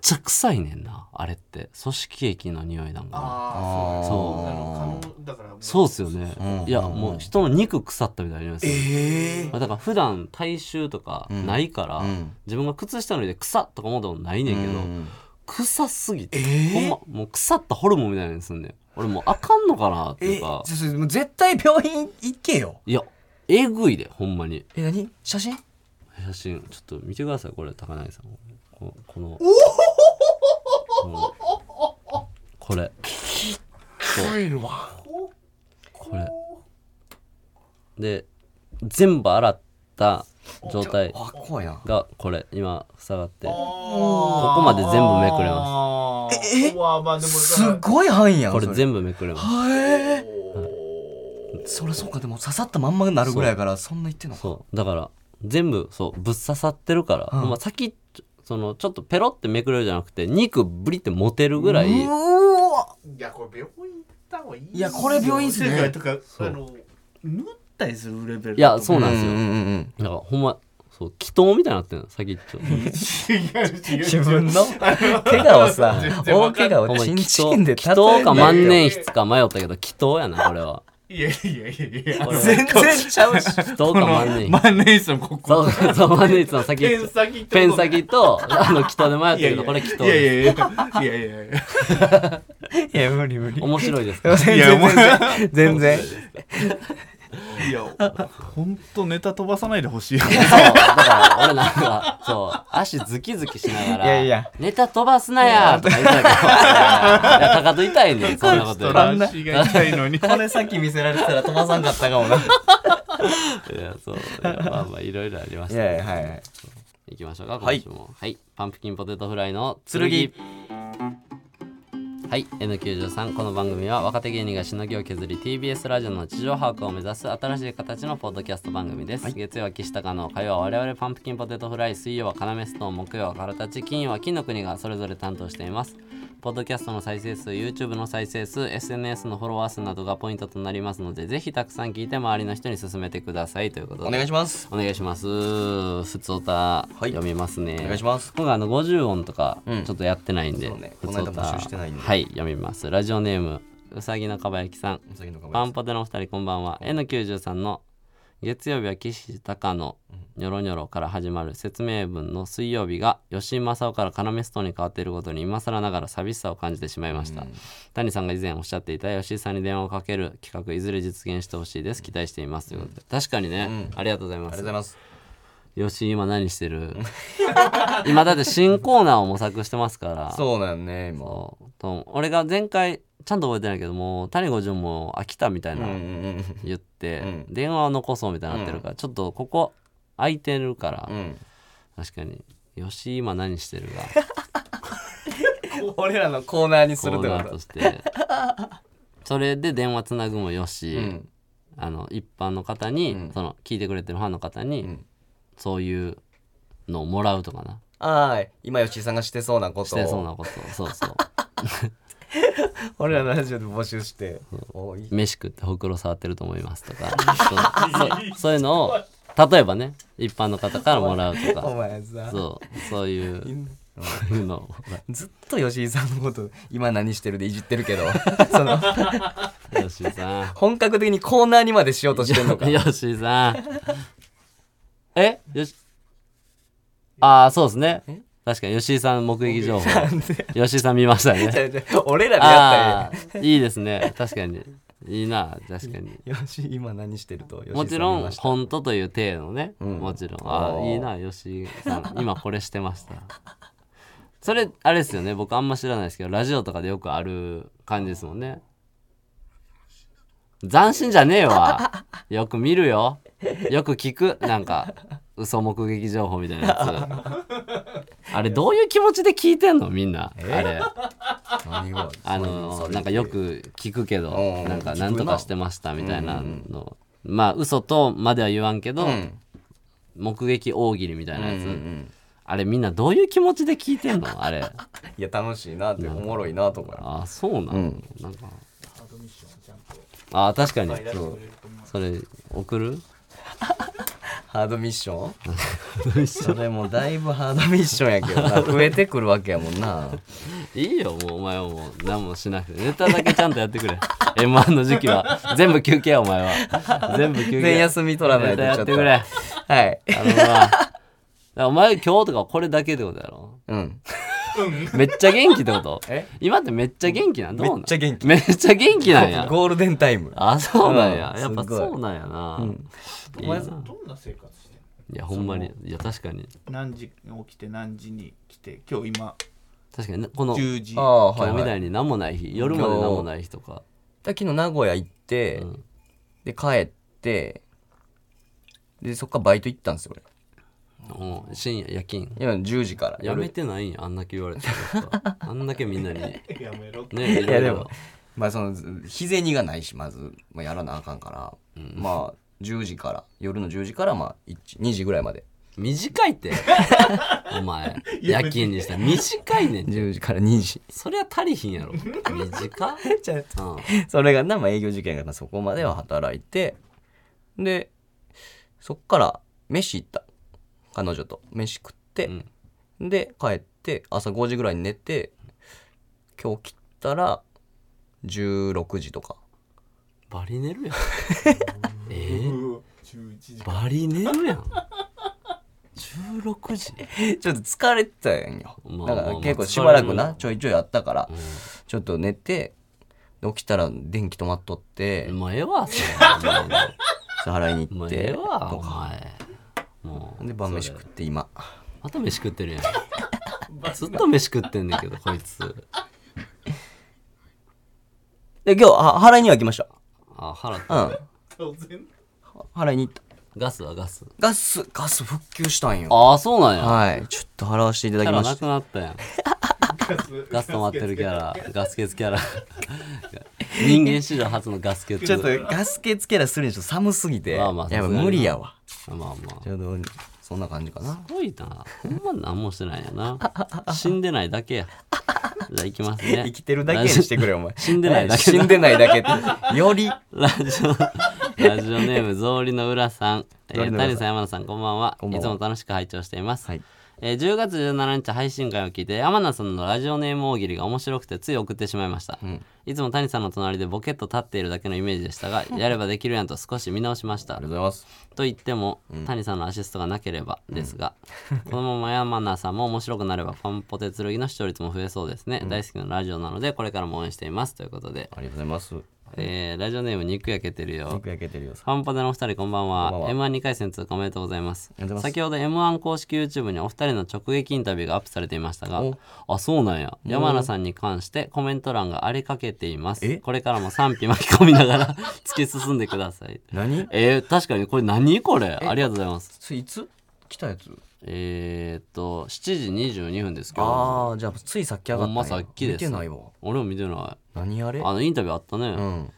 [SPEAKER 1] ちゃ臭いねんなあれって組織液の匂いなんかな
[SPEAKER 2] あー
[SPEAKER 1] そう
[SPEAKER 2] あ
[SPEAKER 3] だから
[SPEAKER 1] そうっすよね、いやもう人の肉腐ったみたいな匂いする、
[SPEAKER 2] ええ
[SPEAKER 1] まあだから普段体臭とかないから、
[SPEAKER 2] ん
[SPEAKER 1] 自分が靴下脱いで臭っとか思ったことないねんけど、
[SPEAKER 2] ん
[SPEAKER 1] 臭すぎて、
[SPEAKER 2] ええ
[SPEAKER 1] ほんまもう腐ったホルモンみたいなのすんねん俺もうあかんのかなっていうか
[SPEAKER 2] えそれもう絶対病院行けよ
[SPEAKER 1] いやえぐいでほんまに
[SPEAKER 2] え何写真
[SPEAKER 1] 写真ちょっと見てくださいこれ高柳さんここのこのこれ
[SPEAKER 2] 帰るわ
[SPEAKER 1] これで全部洗った状態
[SPEAKER 2] あ怖いな
[SPEAKER 1] がこれ今塞がって
[SPEAKER 3] こ
[SPEAKER 1] こまで全部めくれ
[SPEAKER 3] ます
[SPEAKER 2] えすごい範囲やん
[SPEAKER 1] これ
[SPEAKER 2] そ
[SPEAKER 1] 全部めくれます
[SPEAKER 2] へえそりゃそうかでも刺さったまんまになるぐらいやからそんな言ってんのか
[SPEAKER 1] そうだから全部そうぶっ刺さってるから、
[SPEAKER 2] うん
[SPEAKER 1] ほんま先そのちょっとペロってめくれるじゃなくて肉ブリって持てるぐらい
[SPEAKER 2] うわ
[SPEAKER 3] いやこれ病院行った方がいい
[SPEAKER 2] いやこれ病院っすね
[SPEAKER 3] とかあの縫ったりするレベル
[SPEAKER 1] いやそううなんですよ、
[SPEAKER 2] うんうん
[SPEAKER 1] だからほんまそう祈祷みたいになってんの先っちょ
[SPEAKER 3] 違う違う
[SPEAKER 2] 自分の怪我を さ
[SPEAKER 3] 全然
[SPEAKER 2] 大
[SPEAKER 3] わかん
[SPEAKER 2] 怪
[SPEAKER 3] ない
[SPEAKER 2] 我をチンチンで
[SPEAKER 1] 祈祷か万
[SPEAKER 2] 例えんなよ
[SPEAKER 1] 年筆か迷ったけど祈祷やなこれはい
[SPEAKER 3] やいやいやいや
[SPEAKER 1] これ
[SPEAKER 2] 全然ちゃうし
[SPEAKER 1] 祈祷か万年筆
[SPEAKER 3] マネースのこ
[SPEAKER 1] そ
[SPEAKER 3] こ
[SPEAKER 1] うそうそう万年筆の先っ
[SPEAKER 3] ペ
[SPEAKER 1] ち
[SPEAKER 3] ン
[SPEAKER 1] ょ
[SPEAKER 3] 先ってこと
[SPEAKER 1] ペン先とあの祈祷で迷ったけどこれ祈祷
[SPEAKER 3] いやいや
[SPEAKER 1] です
[SPEAKER 3] いやいやいやいやいや
[SPEAKER 2] いや無理無理
[SPEAKER 1] 面白いですか
[SPEAKER 2] 全
[SPEAKER 3] いやお
[SPEAKER 2] 然全然
[SPEAKER 3] いや、本当ネタ飛ばさないでほしい。
[SPEAKER 1] そう、だから俺なんか、そう、足ズキズキしながら、
[SPEAKER 2] いやいや
[SPEAKER 1] ネタ飛ばすなやとか言ってたけど、いや、かかと痛いねん、そんなことより
[SPEAKER 2] ら
[SPEAKER 3] 足が痛いのに。
[SPEAKER 2] これさっき見せられてたら飛ばさんかったかもない
[SPEAKER 1] いや、そう、いやまあまあ、いろいろありました
[SPEAKER 2] やいや
[SPEAKER 1] ね。
[SPEAKER 2] はいはい
[SPEAKER 1] 行きましょうか、
[SPEAKER 2] は
[SPEAKER 1] 今
[SPEAKER 2] い
[SPEAKER 1] 週も。はい、パンプキンポテトフライの
[SPEAKER 2] 剣
[SPEAKER 1] 剣。はい、N93 この番組は若手芸人がしのぎを削り TBS ラジオの地上把握を目指す新しい形のポッドキャスト番組です、月曜は岸高の火曜は我々パンプキンポテトフライ水曜は要ストーン木曜はカラタチ金曜は金の国がそれぞれ担当していますポッドキャストの再生数 YouTube の再生数 SNS のフォロワー数などがポイントとなりますのでぜひたくさん聞いて周りの人に勧めてくださいということで
[SPEAKER 2] お願いします
[SPEAKER 1] お願いします。ふつおた、
[SPEAKER 2] い
[SPEAKER 1] 読みますね。
[SPEAKER 2] お願いします
[SPEAKER 1] 今回あの50音とか
[SPEAKER 2] うん
[SPEAKER 1] ちょっとやってないんで、
[SPEAKER 2] そうね
[SPEAKER 1] ふつお
[SPEAKER 2] こ
[SPEAKER 1] た
[SPEAKER 2] の間募集してないんで
[SPEAKER 1] はい読みますラジオネームうさぎのかばやきさん
[SPEAKER 2] お先のか
[SPEAKER 1] パン
[SPEAKER 2] も
[SPEAKER 1] ポテのお二人こんばんは N93 の月曜日は岸高野ニョロニョロから始まる説明文の水曜日が吉井正夫から要ストーンに変わっていることに今更ながら寂しさを感じてしまいました、谷さんが以前おっしゃっていた吉井さんに電話をかける企画いずれ実現してほしいです期待していますということで確かにね、ありがとうございま
[SPEAKER 2] ありがと
[SPEAKER 1] す
[SPEAKER 2] うございます
[SPEAKER 1] 吉井今何してる今だって新コーナーを模索してますから
[SPEAKER 2] そうなんね今
[SPEAKER 1] そうと俺が前回ちゃんと覚えてないけどもう谷五条も飽きたみたい
[SPEAKER 2] うん
[SPEAKER 1] な
[SPEAKER 2] うん
[SPEAKER 1] 言って、
[SPEAKER 2] う
[SPEAKER 1] 電話を残そうみたいになってるから、ちょっとここ空いてるから、
[SPEAKER 2] うんうん
[SPEAKER 1] 確かに吉井今何してるが
[SPEAKER 2] 俺らのコーナーに
[SPEAKER 1] コ
[SPEAKER 2] するっ
[SPEAKER 1] ー
[SPEAKER 2] てこ
[SPEAKER 1] ナー
[SPEAKER 2] と
[SPEAKER 1] としてそれで電話つなぐもよし、
[SPEAKER 2] うん
[SPEAKER 1] あの一般の方に、
[SPEAKER 2] うん
[SPEAKER 1] その聞いてくれてるファンの方に、
[SPEAKER 2] ん
[SPEAKER 1] そういうのをもらうとかな
[SPEAKER 2] ああ今吉井さんがしてそうなことを
[SPEAKER 1] してそうなことそうそう
[SPEAKER 2] 俺らのラジオで募集しておいい
[SPEAKER 1] 飯食ってほくろ触ってると思いますとかそうそうそういうのを例えばね一般の方からもらうと
[SPEAKER 2] お
[SPEAKER 1] か
[SPEAKER 2] 前さ
[SPEAKER 1] そうそういうのを
[SPEAKER 2] ずっと吉井さんのこと今何してるでいじってるけど その
[SPEAKER 1] よし さ
[SPEAKER 2] 本格的にコーナーにまでしようとしてんのか
[SPEAKER 1] んよしさんえよしああそうですね確かに吉井さん目撃情報
[SPEAKER 2] なんで
[SPEAKER 1] 吉井さん見ましたね
[SPEAKER 2] ちょちょ俺らでや
[SPEAKER 1] ああいいですね確かにいいな確かに
[SPEAKER 2] ったらいい吉井今何してると吉井さん
[SPEAKER 1] もちろ
[SPEAKER 2] 見
[SPEAKER 1] ん
[SPEAKER 2] ました
[SPEAKER 1] 本当という体のね、
[SPEAKER 2] ん
[SPEAKER 1] もちろん
[SPEAKER 2] あ
[SPEAKER 1] あ
[SPEAKER 2] ー
[SPEAKER 1] いいな吉井さん今これしてましたそれあれですよね僕あんま知らないですけどラジオとかでよくある感じですもんね斬新じゃねえわよく見るよよく聞くなんか嘘目撃情報みたいなやつあれどういう気持ちで聞いてんのみんなあれ
[SPEAKER 2] 何が
[SPEAKER 1] あのなんかよく聞くけど
[SPEAKER 2] うん
[SPEAKER 1] なんか
[SPEAKER 2] 聞くな
[SPEAKER 1] なんとかしてましたみたいなのまあ嘘とまでは言わんけど
[SPEAKER 2] ん
[SPEAKER 1] 目撃大喜利みたいなや
[SPEAKER 2] うんう
[SPEAKER 1] つ
[SPEAKER 2] ん
[SPEAKER 1] あれみんなどういう気持ちで聞いてんのあれ
[SPEAKER 2] いや楽しいなっておもろいなとか
[SPEAKER 1] あそうな
[SPEAKER 2] う
[SPEAKER 1] の
[SPEAKER 2] ん
[SPEAKER 1] なんかあ確かにそうそれ送る
[SPEAKER 2] ハードミッションそれもだいぶハードミッションやけ どな増えてくるわけやもんない
[SPEAKER 1] いよもうお前はもう何もしなくてネタだけちゃんとやって くれ m 1の時期は全部休憩やお前は全部休憩
[SPEAKER 2] 全休み取らな
[SPEAKER 1] ネ
[SPEAKER 2] い
[SPEAKER 1] タ
[SPEAKER 2] とちょ
[SPEAKER 1] や
[SPEAKER 2] っと
[SPEAKER 1] ってくれ
[SPEAKER 2] はい
[SPEAKER 1] あのなだからお前今日とかこれだけってことやろ
[SPEAKER 2] うん
[SPEAKER 1] めっちゃ元気って こと
[SPEAKER 2] え
[SPEAKER 1] 今ってめっちゃ元気なんどうなん
[SPEAKER 2] めっちゃ元気
[SPEAKER 1] めっちゃ元気なん や
[SPEAKER 2] ゴールデンタイム
[SPEAKER 1] あそうなんや、
[SPEAKER 2] うん
[SPEAKER 1] やっぱ
[SPEAKER 2] すごい
[SPEAKER 1] そうなんやな、いいな
[SPEAKER 3] どんな生活してんの
[SPEAKER 1] いやほんまにいや確かに
[SPEAKER 3] 何時に起きて何時に来て今日今
[SPEAKER 1] 確かにねこの今
[SPEAKER 3] 10時
[SPEAKER 2] ああはい
[SPEAKER 1] 日み
[SPEAKER 2] はい
[SPEAKER 1] たいに何もない日夜まで何もない日とか
[SPEAKER 2] だ昨日名古屋行って、
[SPEAKER 1] うん
[SPEAKER 2] で帰ってでそっからバイト行ったんですよ
[SPEAKER 1] もう深夜夜勤
[SPEAKER 2] 俺今10時から
[SPEAKER 1] やめ
[SPEAKER 2] 夜
[SPEAKER 1] てないんやあんだけ言われてやっ ぱあんだけみんなにね
[SPEAKER 3] やめろ
[SPEAKER 1] い
[SPEAKER 2] いや
[SPEAKER 1] ろい
[SPEAKER 2] で
[SPEAKER 1] ろ
[SPEAKER 2] もまあそのず日銭がないしまず、まあ、やらなあかんから、まあ10時から夜の10時からまあ1 2時ぐらいまで
[SPEAKER 1] 短いって お前夜勤にしたら短いねんて
[SPEAKER 2] 10時から2時
[SPEAKER 1] そりゃ足りひんやろ短 っ、
[SPEAKER 2] ちゃう
[SPEAKER 1] うん、
[SPEAKER 2] それがな、まあ、営業時間がまあそこまでは働いてでそっから飯行った彼女と飯食って、で帰って朝5時ぐらいに寝て今日切ったら16時とか
[SPEAKER 1] バリ寝る やんえー
[SPEAKER 3] 11時
[SPEAKER 1] バリ寝るやん。16時。
[SPEAKER 2] ちょっと疲れてたんよ。
[SPEAKER 1] まあま
[SPEAKER 2] だか
[SPEAKER 1] あ
[SPEAKER 2] ら
[SPEAKER 1] まあ
[SPEAKER 2] 結構しばらく
[SPEAKER 1] 疲れる
[SPEAKER 2] な、
[SPEAKER 1] よ
[SPEAKER 2] ちょいちょいあったから、ちょっと寝て、で起きたら電気止まっとって、
[SPEAKER 1] もうええわ、それ。
[SPEAKER 2] 支払いに
[SPEAKER 1] も
[SPEAKER 2] 行
[SPEAKER 1] う
[SPEAKER 2] っ
[SPEAKER 1] ええ
[SPEAKER 2] て、
[SPEAKER 1] わ、お
[SPEAKER 2] とか。
[SPEAKER 1] 前。もう。
[SPEAKER 2] で、晩飯食って今。
[SPEAKER 1] また飯食ってるやん。 ずっと飯食ってんねんけど、こいつ。
[SPEAKER 2] で、今日、は払いには行きまし
[SPEAKER 1] あ、腹立つ
[SPEAKER 2] た。うん。
[SPEAKER 3] 当然
[SPEAKER 2] 払いに行った。
[SPEAKER 1] ガスはガス。
[SPEAKER 2] ガス、ガス復旧したんよ。
[SPEAKER 1] ああ、そうなんや。
[SPEAKER 2] はい。ちょっと払わせていただ
[SPEAKER 1] キャ
[SPEAKER 2] き
[SPEAKER 1] ラ
[SPEAKER 2] ま
[SPEAKER 1] な
[SPEAKER 2] し
[SPEAKER 1] く
[SPEAKER 2] た。
[SPEAKER 1] なったやん。ガス止まってるキャラ、ガスケツキ ャラ。人間史上初のガスケツ。
[SPEAKER 2] ちょっとガスケつけらするにちょっと寒すぎて、
[SPEAKER 1] まあまあ
[SPEAKER 2] やっぱ無理やわ。
[SPEAKER 1] まあまあ。
[SPEAKER 2] ちょうど、そんな感じかな。
[SPEAKER 1] すごいな。ほんま何もしてないやな。死んでないだけや。じゃあ行きます ね。
[SPEAKER 2] 生きてるだけにしてくれ、お前。
[SPEAKER 1] 死んでないだけ
[SPEAKER 2] 死んでないだけ って。より、
[SPEAKER 1] ラジオ、ラジオネーム、ゾウリの浦さん。え
[SPEAKER 2] 草履
[SPEAKER 1] ー、
[SPEAKER 2] の浦さん
[SPEAKER 1] 谷さん、山田さん、こんばんは。
[SPEAKER 2] こんばん
[SPEAKER 1] いつ
[SPEAKER 2] は
[SPEAKER 1] も楽しく拝聴しています。
[SPEAKER 2] はい
[SPEAKER 1] えー10月17日配信会を聞いて、山名さんのラジオネーム大喜利が面白くて、つい送ってしまいました。いつも谷さんの隣でボケっと立っているだけのイメージで したが、やればできるやんと少し見直しました
[SPEAKER 2] ありがとう。ございます。
[SPEAKER 1] と言っても、谷さんのアシストがなければですが、 このまま山名さんも面白くなればパンポテ剣の視聴率も増えそうですね、大好きなラジオなのでこれからも応援していますということで、
[SPEAKER 2] ありがとうございます。
[SPEAKER 1] えーラジオネーム肉焼けてるよ
[SPEAKER 2] 肉焼けてるよ。
[SPEAKER 1] パンポテのお二人こんばんは
[SPEAKER 2] こんばん
[SPEAKER 1] m 1 2回戦通過おめでとうございます
[SPEAKER 2] りがとうございます
[SPEAKER 1] 先ほど m 1公式 YouTube にお二人の直撃インタビューがアップされていましたが
[SPEAKER 2] お
[SPEAKER 1] あそうなんや山名さんに関してコメント欄が荒れかけていま
[SPEAKER 2] え
[SPEAKER 1] すこれからも賛否巻き込みながら突き進んでください
[SPEAKER 2] 何
[SPEAKER 1] えー、確かにこれ何これありがとうございます
[SPEAKER 2] ついつ来たやつ
[SPEAKER 1] えー、っと7時22分ですけど
[SPEAKER 2] ああじゃあついさっき上がったんや
[SPEAKER 1] ほんまさっきです
[SPEAKER 2] 見てないわ
[SPEAKER 1] 俺も見てない
[SPEAKER 2] 何あれ
[SPEAKER 1] あのインタビューあったね、
[SPEAKER 2] うん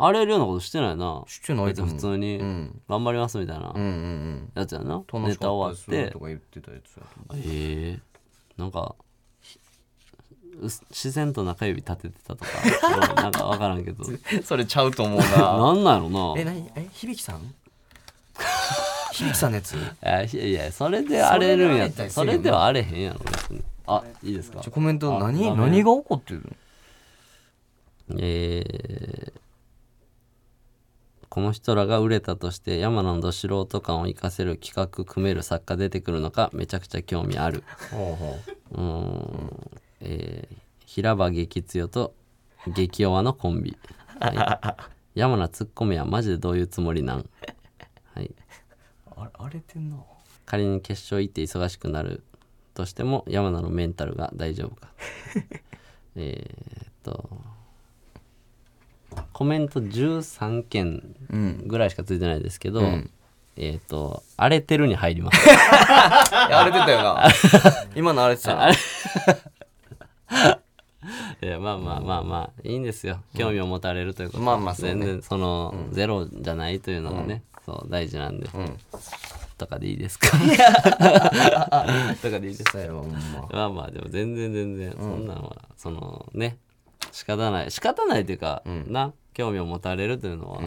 [SPEAKER 1] あれるようなことしてないな
[SPEAKER 2] してないと思う
[SPEAKER 1] 別に普通に
[SPEAKER 2] うん
[SPEAKER 1] 頑張りますみたいな
[SPEAKER 2] うんうん
[SPEAKER 1] やつやな、
[SPEAKER 2] うん
[SPEAKER 1] ネタ終わって
[SPEAKER 2] とか言ってたやつやと思う
[SPEAKER 1] えー、なんかうす自然と中指立ててたと かなんか分からんけど
[SPEAKER 2] それちゃうと思う な
[SPEAKER 1] なんなんやろ
[SPEAKER 2] え
[SPEAKER 1] な
[SPEAKER 2] 何え響さん響さんの やつ
[SPEAKER 1] えいやいやそれで荒れるんやったら
[SPEAKER 2] そ
[SPEAKER 1] そ
[SPEAKER 2] れ
[SPEAKER 1] れ
[SPEAKER 2] で
[SPEAKER 1] で
[SPEAKER 2] は
[SPEAKER 1] は荒れへんやろ別にあいいですか
[SPEAKER 2] ちょコメント
[SPEAKER 1] あ
[SPEAKER 2] 何
[SPEAKER 1] ダメ
[SPEAKER 2] 何が起こってるの
[SPEAKER 1] えーこの人らが売れたとして山名のど素人感を生かせる企画組める作家出てくるのかめちゃくちゃ興味ある
[SPEAKER 2] ほうほう
[SPEAKER 1] うーん、えー平場激強と激弱のコンビ、はい、山名ツッコミはマジでどういうつもりなん、はい、
[SPEAKER 2] あれ荒れてんな
[SPEAKER 1] 仮に決勝行って忙しくなるとしても山名のメンタルが大丈夫かえーっとコメント13件
[SPEAKER 2] うん
[SPEAKER 1] ぐらいしかついてないですけど、
[SPEAKER 2] ん
[SPEAKER 1] えーっと「荒れてる」に入ります
[SPEAKER 2] いや荒れてたよ な今の荒れてたな
[SPEAKER 1] えーまあまあまあまあいいんですよ興味を持たれるということ、
[SPEAKER 2] まあまあそうね
[SPEAKER 1] 全然その、ゼロじゃないというのがね、そう大事なんで、
[SPEAKER 2] ん
[SPEAKER 1] とかでいいですかとかでいいです
[SPEAKER 2] そうやわほんま
[SPEAKER 1] まあまあでも全然全然そんなんは、そのね仕方ない仕方ないというか、な興味を持たれるというのは、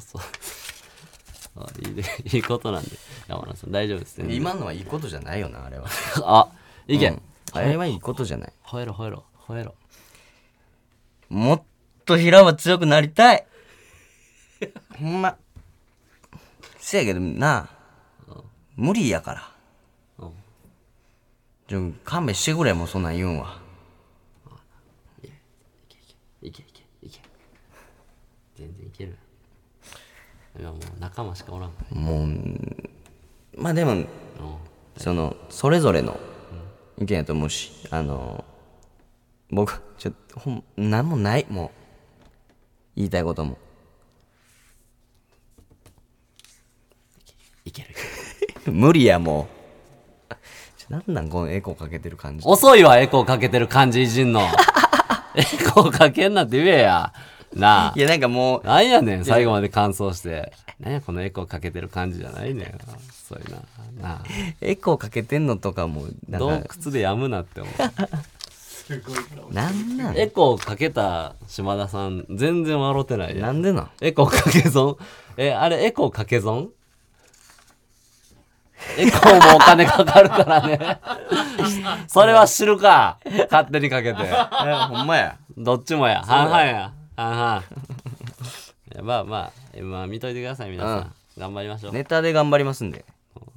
[SPEAKER 1] そうそう そういいでいいことなんで山田さん大丈夫ですね
[SPEAKER 2] 今のはいいことじゃないよなあれは
[SPEAKER 1] あいけ、
[SPEAKER 2] あれはいいことじゃない
[SPEAKER 1] 吠えろ吠えろ吠えろ
[SPEAKER 2] もっと平は強くなりたいほんませやけどな無理やから
[SPEAKER 1] うん
[SPEAKER 2] ちょ勘弁してくれもうそんなん言うんはい
[SPEAKER 1] けいけいけ全然いけるいやもう仲間しかおらんからね
[SPEAKER 2] まあでも
[SPEAKER 1] うん
[SPEAKER 2] そのそれぞれの意見やと思うしあの僕ちょっとほん何もないもう言いたいことも
[SPEAKER 1] いける
[SPEAKER 2] 無理やもう ちょなんなんこのエコーかけてる感じ
[SPEAKER 1] 遅いわエコーかけてる感じいじんの エコーかけんなって言えやない
[SPEAKER 2] やなんかもう
[SPEAKER 1] あなんやねん最後まで乾燥してなんやこのエコーかけてる感じじゃないねんそういうななあ
[SPEAKER 2] エコーかけてんのとかもなん
[SPEAKER 1] 洞
[SPEAKER 2] か
[SPEAKER 1] 窟でやむなって思う
[SPEAKER 2] なんなん
[SPEAKER 1] エコーかけた島田さん全然笑ってないや
[SPEAKER 2] なんんでなん
[SPEAKER 1] エコーかけ損えあれエコーかけ損エコーもお金かかるからねそれは知るか勝手にかけて
[SPEAKER 2] ほんまや
[SPEAKER 1] どっちもや半々や半々いやまあまあえまあ見といてください皆さん、頑張りましょう、
[SPEAKER 2] ネタで頑張りますんで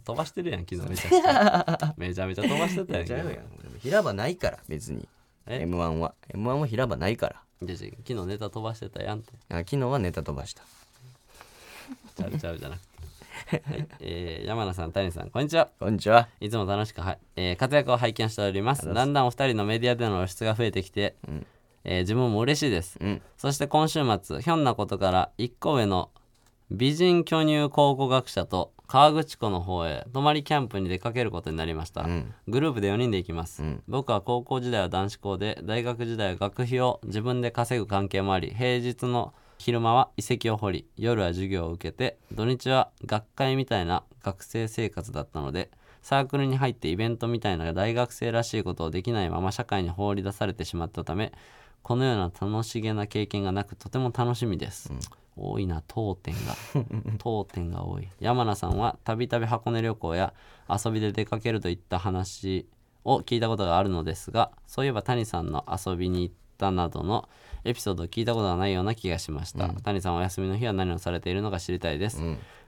[SPEAKER 1] 飛ばしてるやん昨日めちゃくちゃめ ちゃめちゃ飛ばしてたやん
[SPEAKER 2] ち
[SPEAKER 1] 昨
[SPEAKER 2] ゃ
[SPEAKER 1] 日
[SPEAKER 2] うやん平場ないから別に
[SPEAKER 1] え
[SPEAKER 2] m 1は m 1は平場ないから
[SPEAKER 1] じゃじゃ昨日ネタ飛ばしてたやんって
[SPEAKER 2] あ昨日はネタ飛ばした
[SPEAKER 1] ちゃうちゃうじゃなくて、はいえー山名さん谷さんこんにちは
[SPEAKER 2] こんにちはい
[SPEAKER 1] つも楽しくは、えー活躍を拝見しておりますだんだんお二人のメディアでの露出が増えてきて、えー自分も嬉しいです、
[SPEAKER 2] ん
[SPEAKER 1] そして今週末ひょんなことから一個上の美人巨乳考古学者と河口湖の方へ泊まりキャンプに出かけることになりました、グループで4人で行きます、僕は高校時代は男子校で大学時代は学費を自分で稼ぐ関係もあり平日の昼間は遺跡を掘り夜は授業を受けて土日は学会みたいな学生生活だったのでサークルに入ってイベントみたいな大学生らしいことをできないまま社会に放り出されてしまったためこのような楽しげな経験がなくとても楽しみです、多いな当店 が当店が多い山名さんはたびたび箱根旅行や遊びで出かけるといった話を聞いたことがあるのですがそういえば谷さんの遊びに行ったなどのエピソードを聞いたことがないような気がしました、谷さんはお休みの日は何をされているのか知りたいです、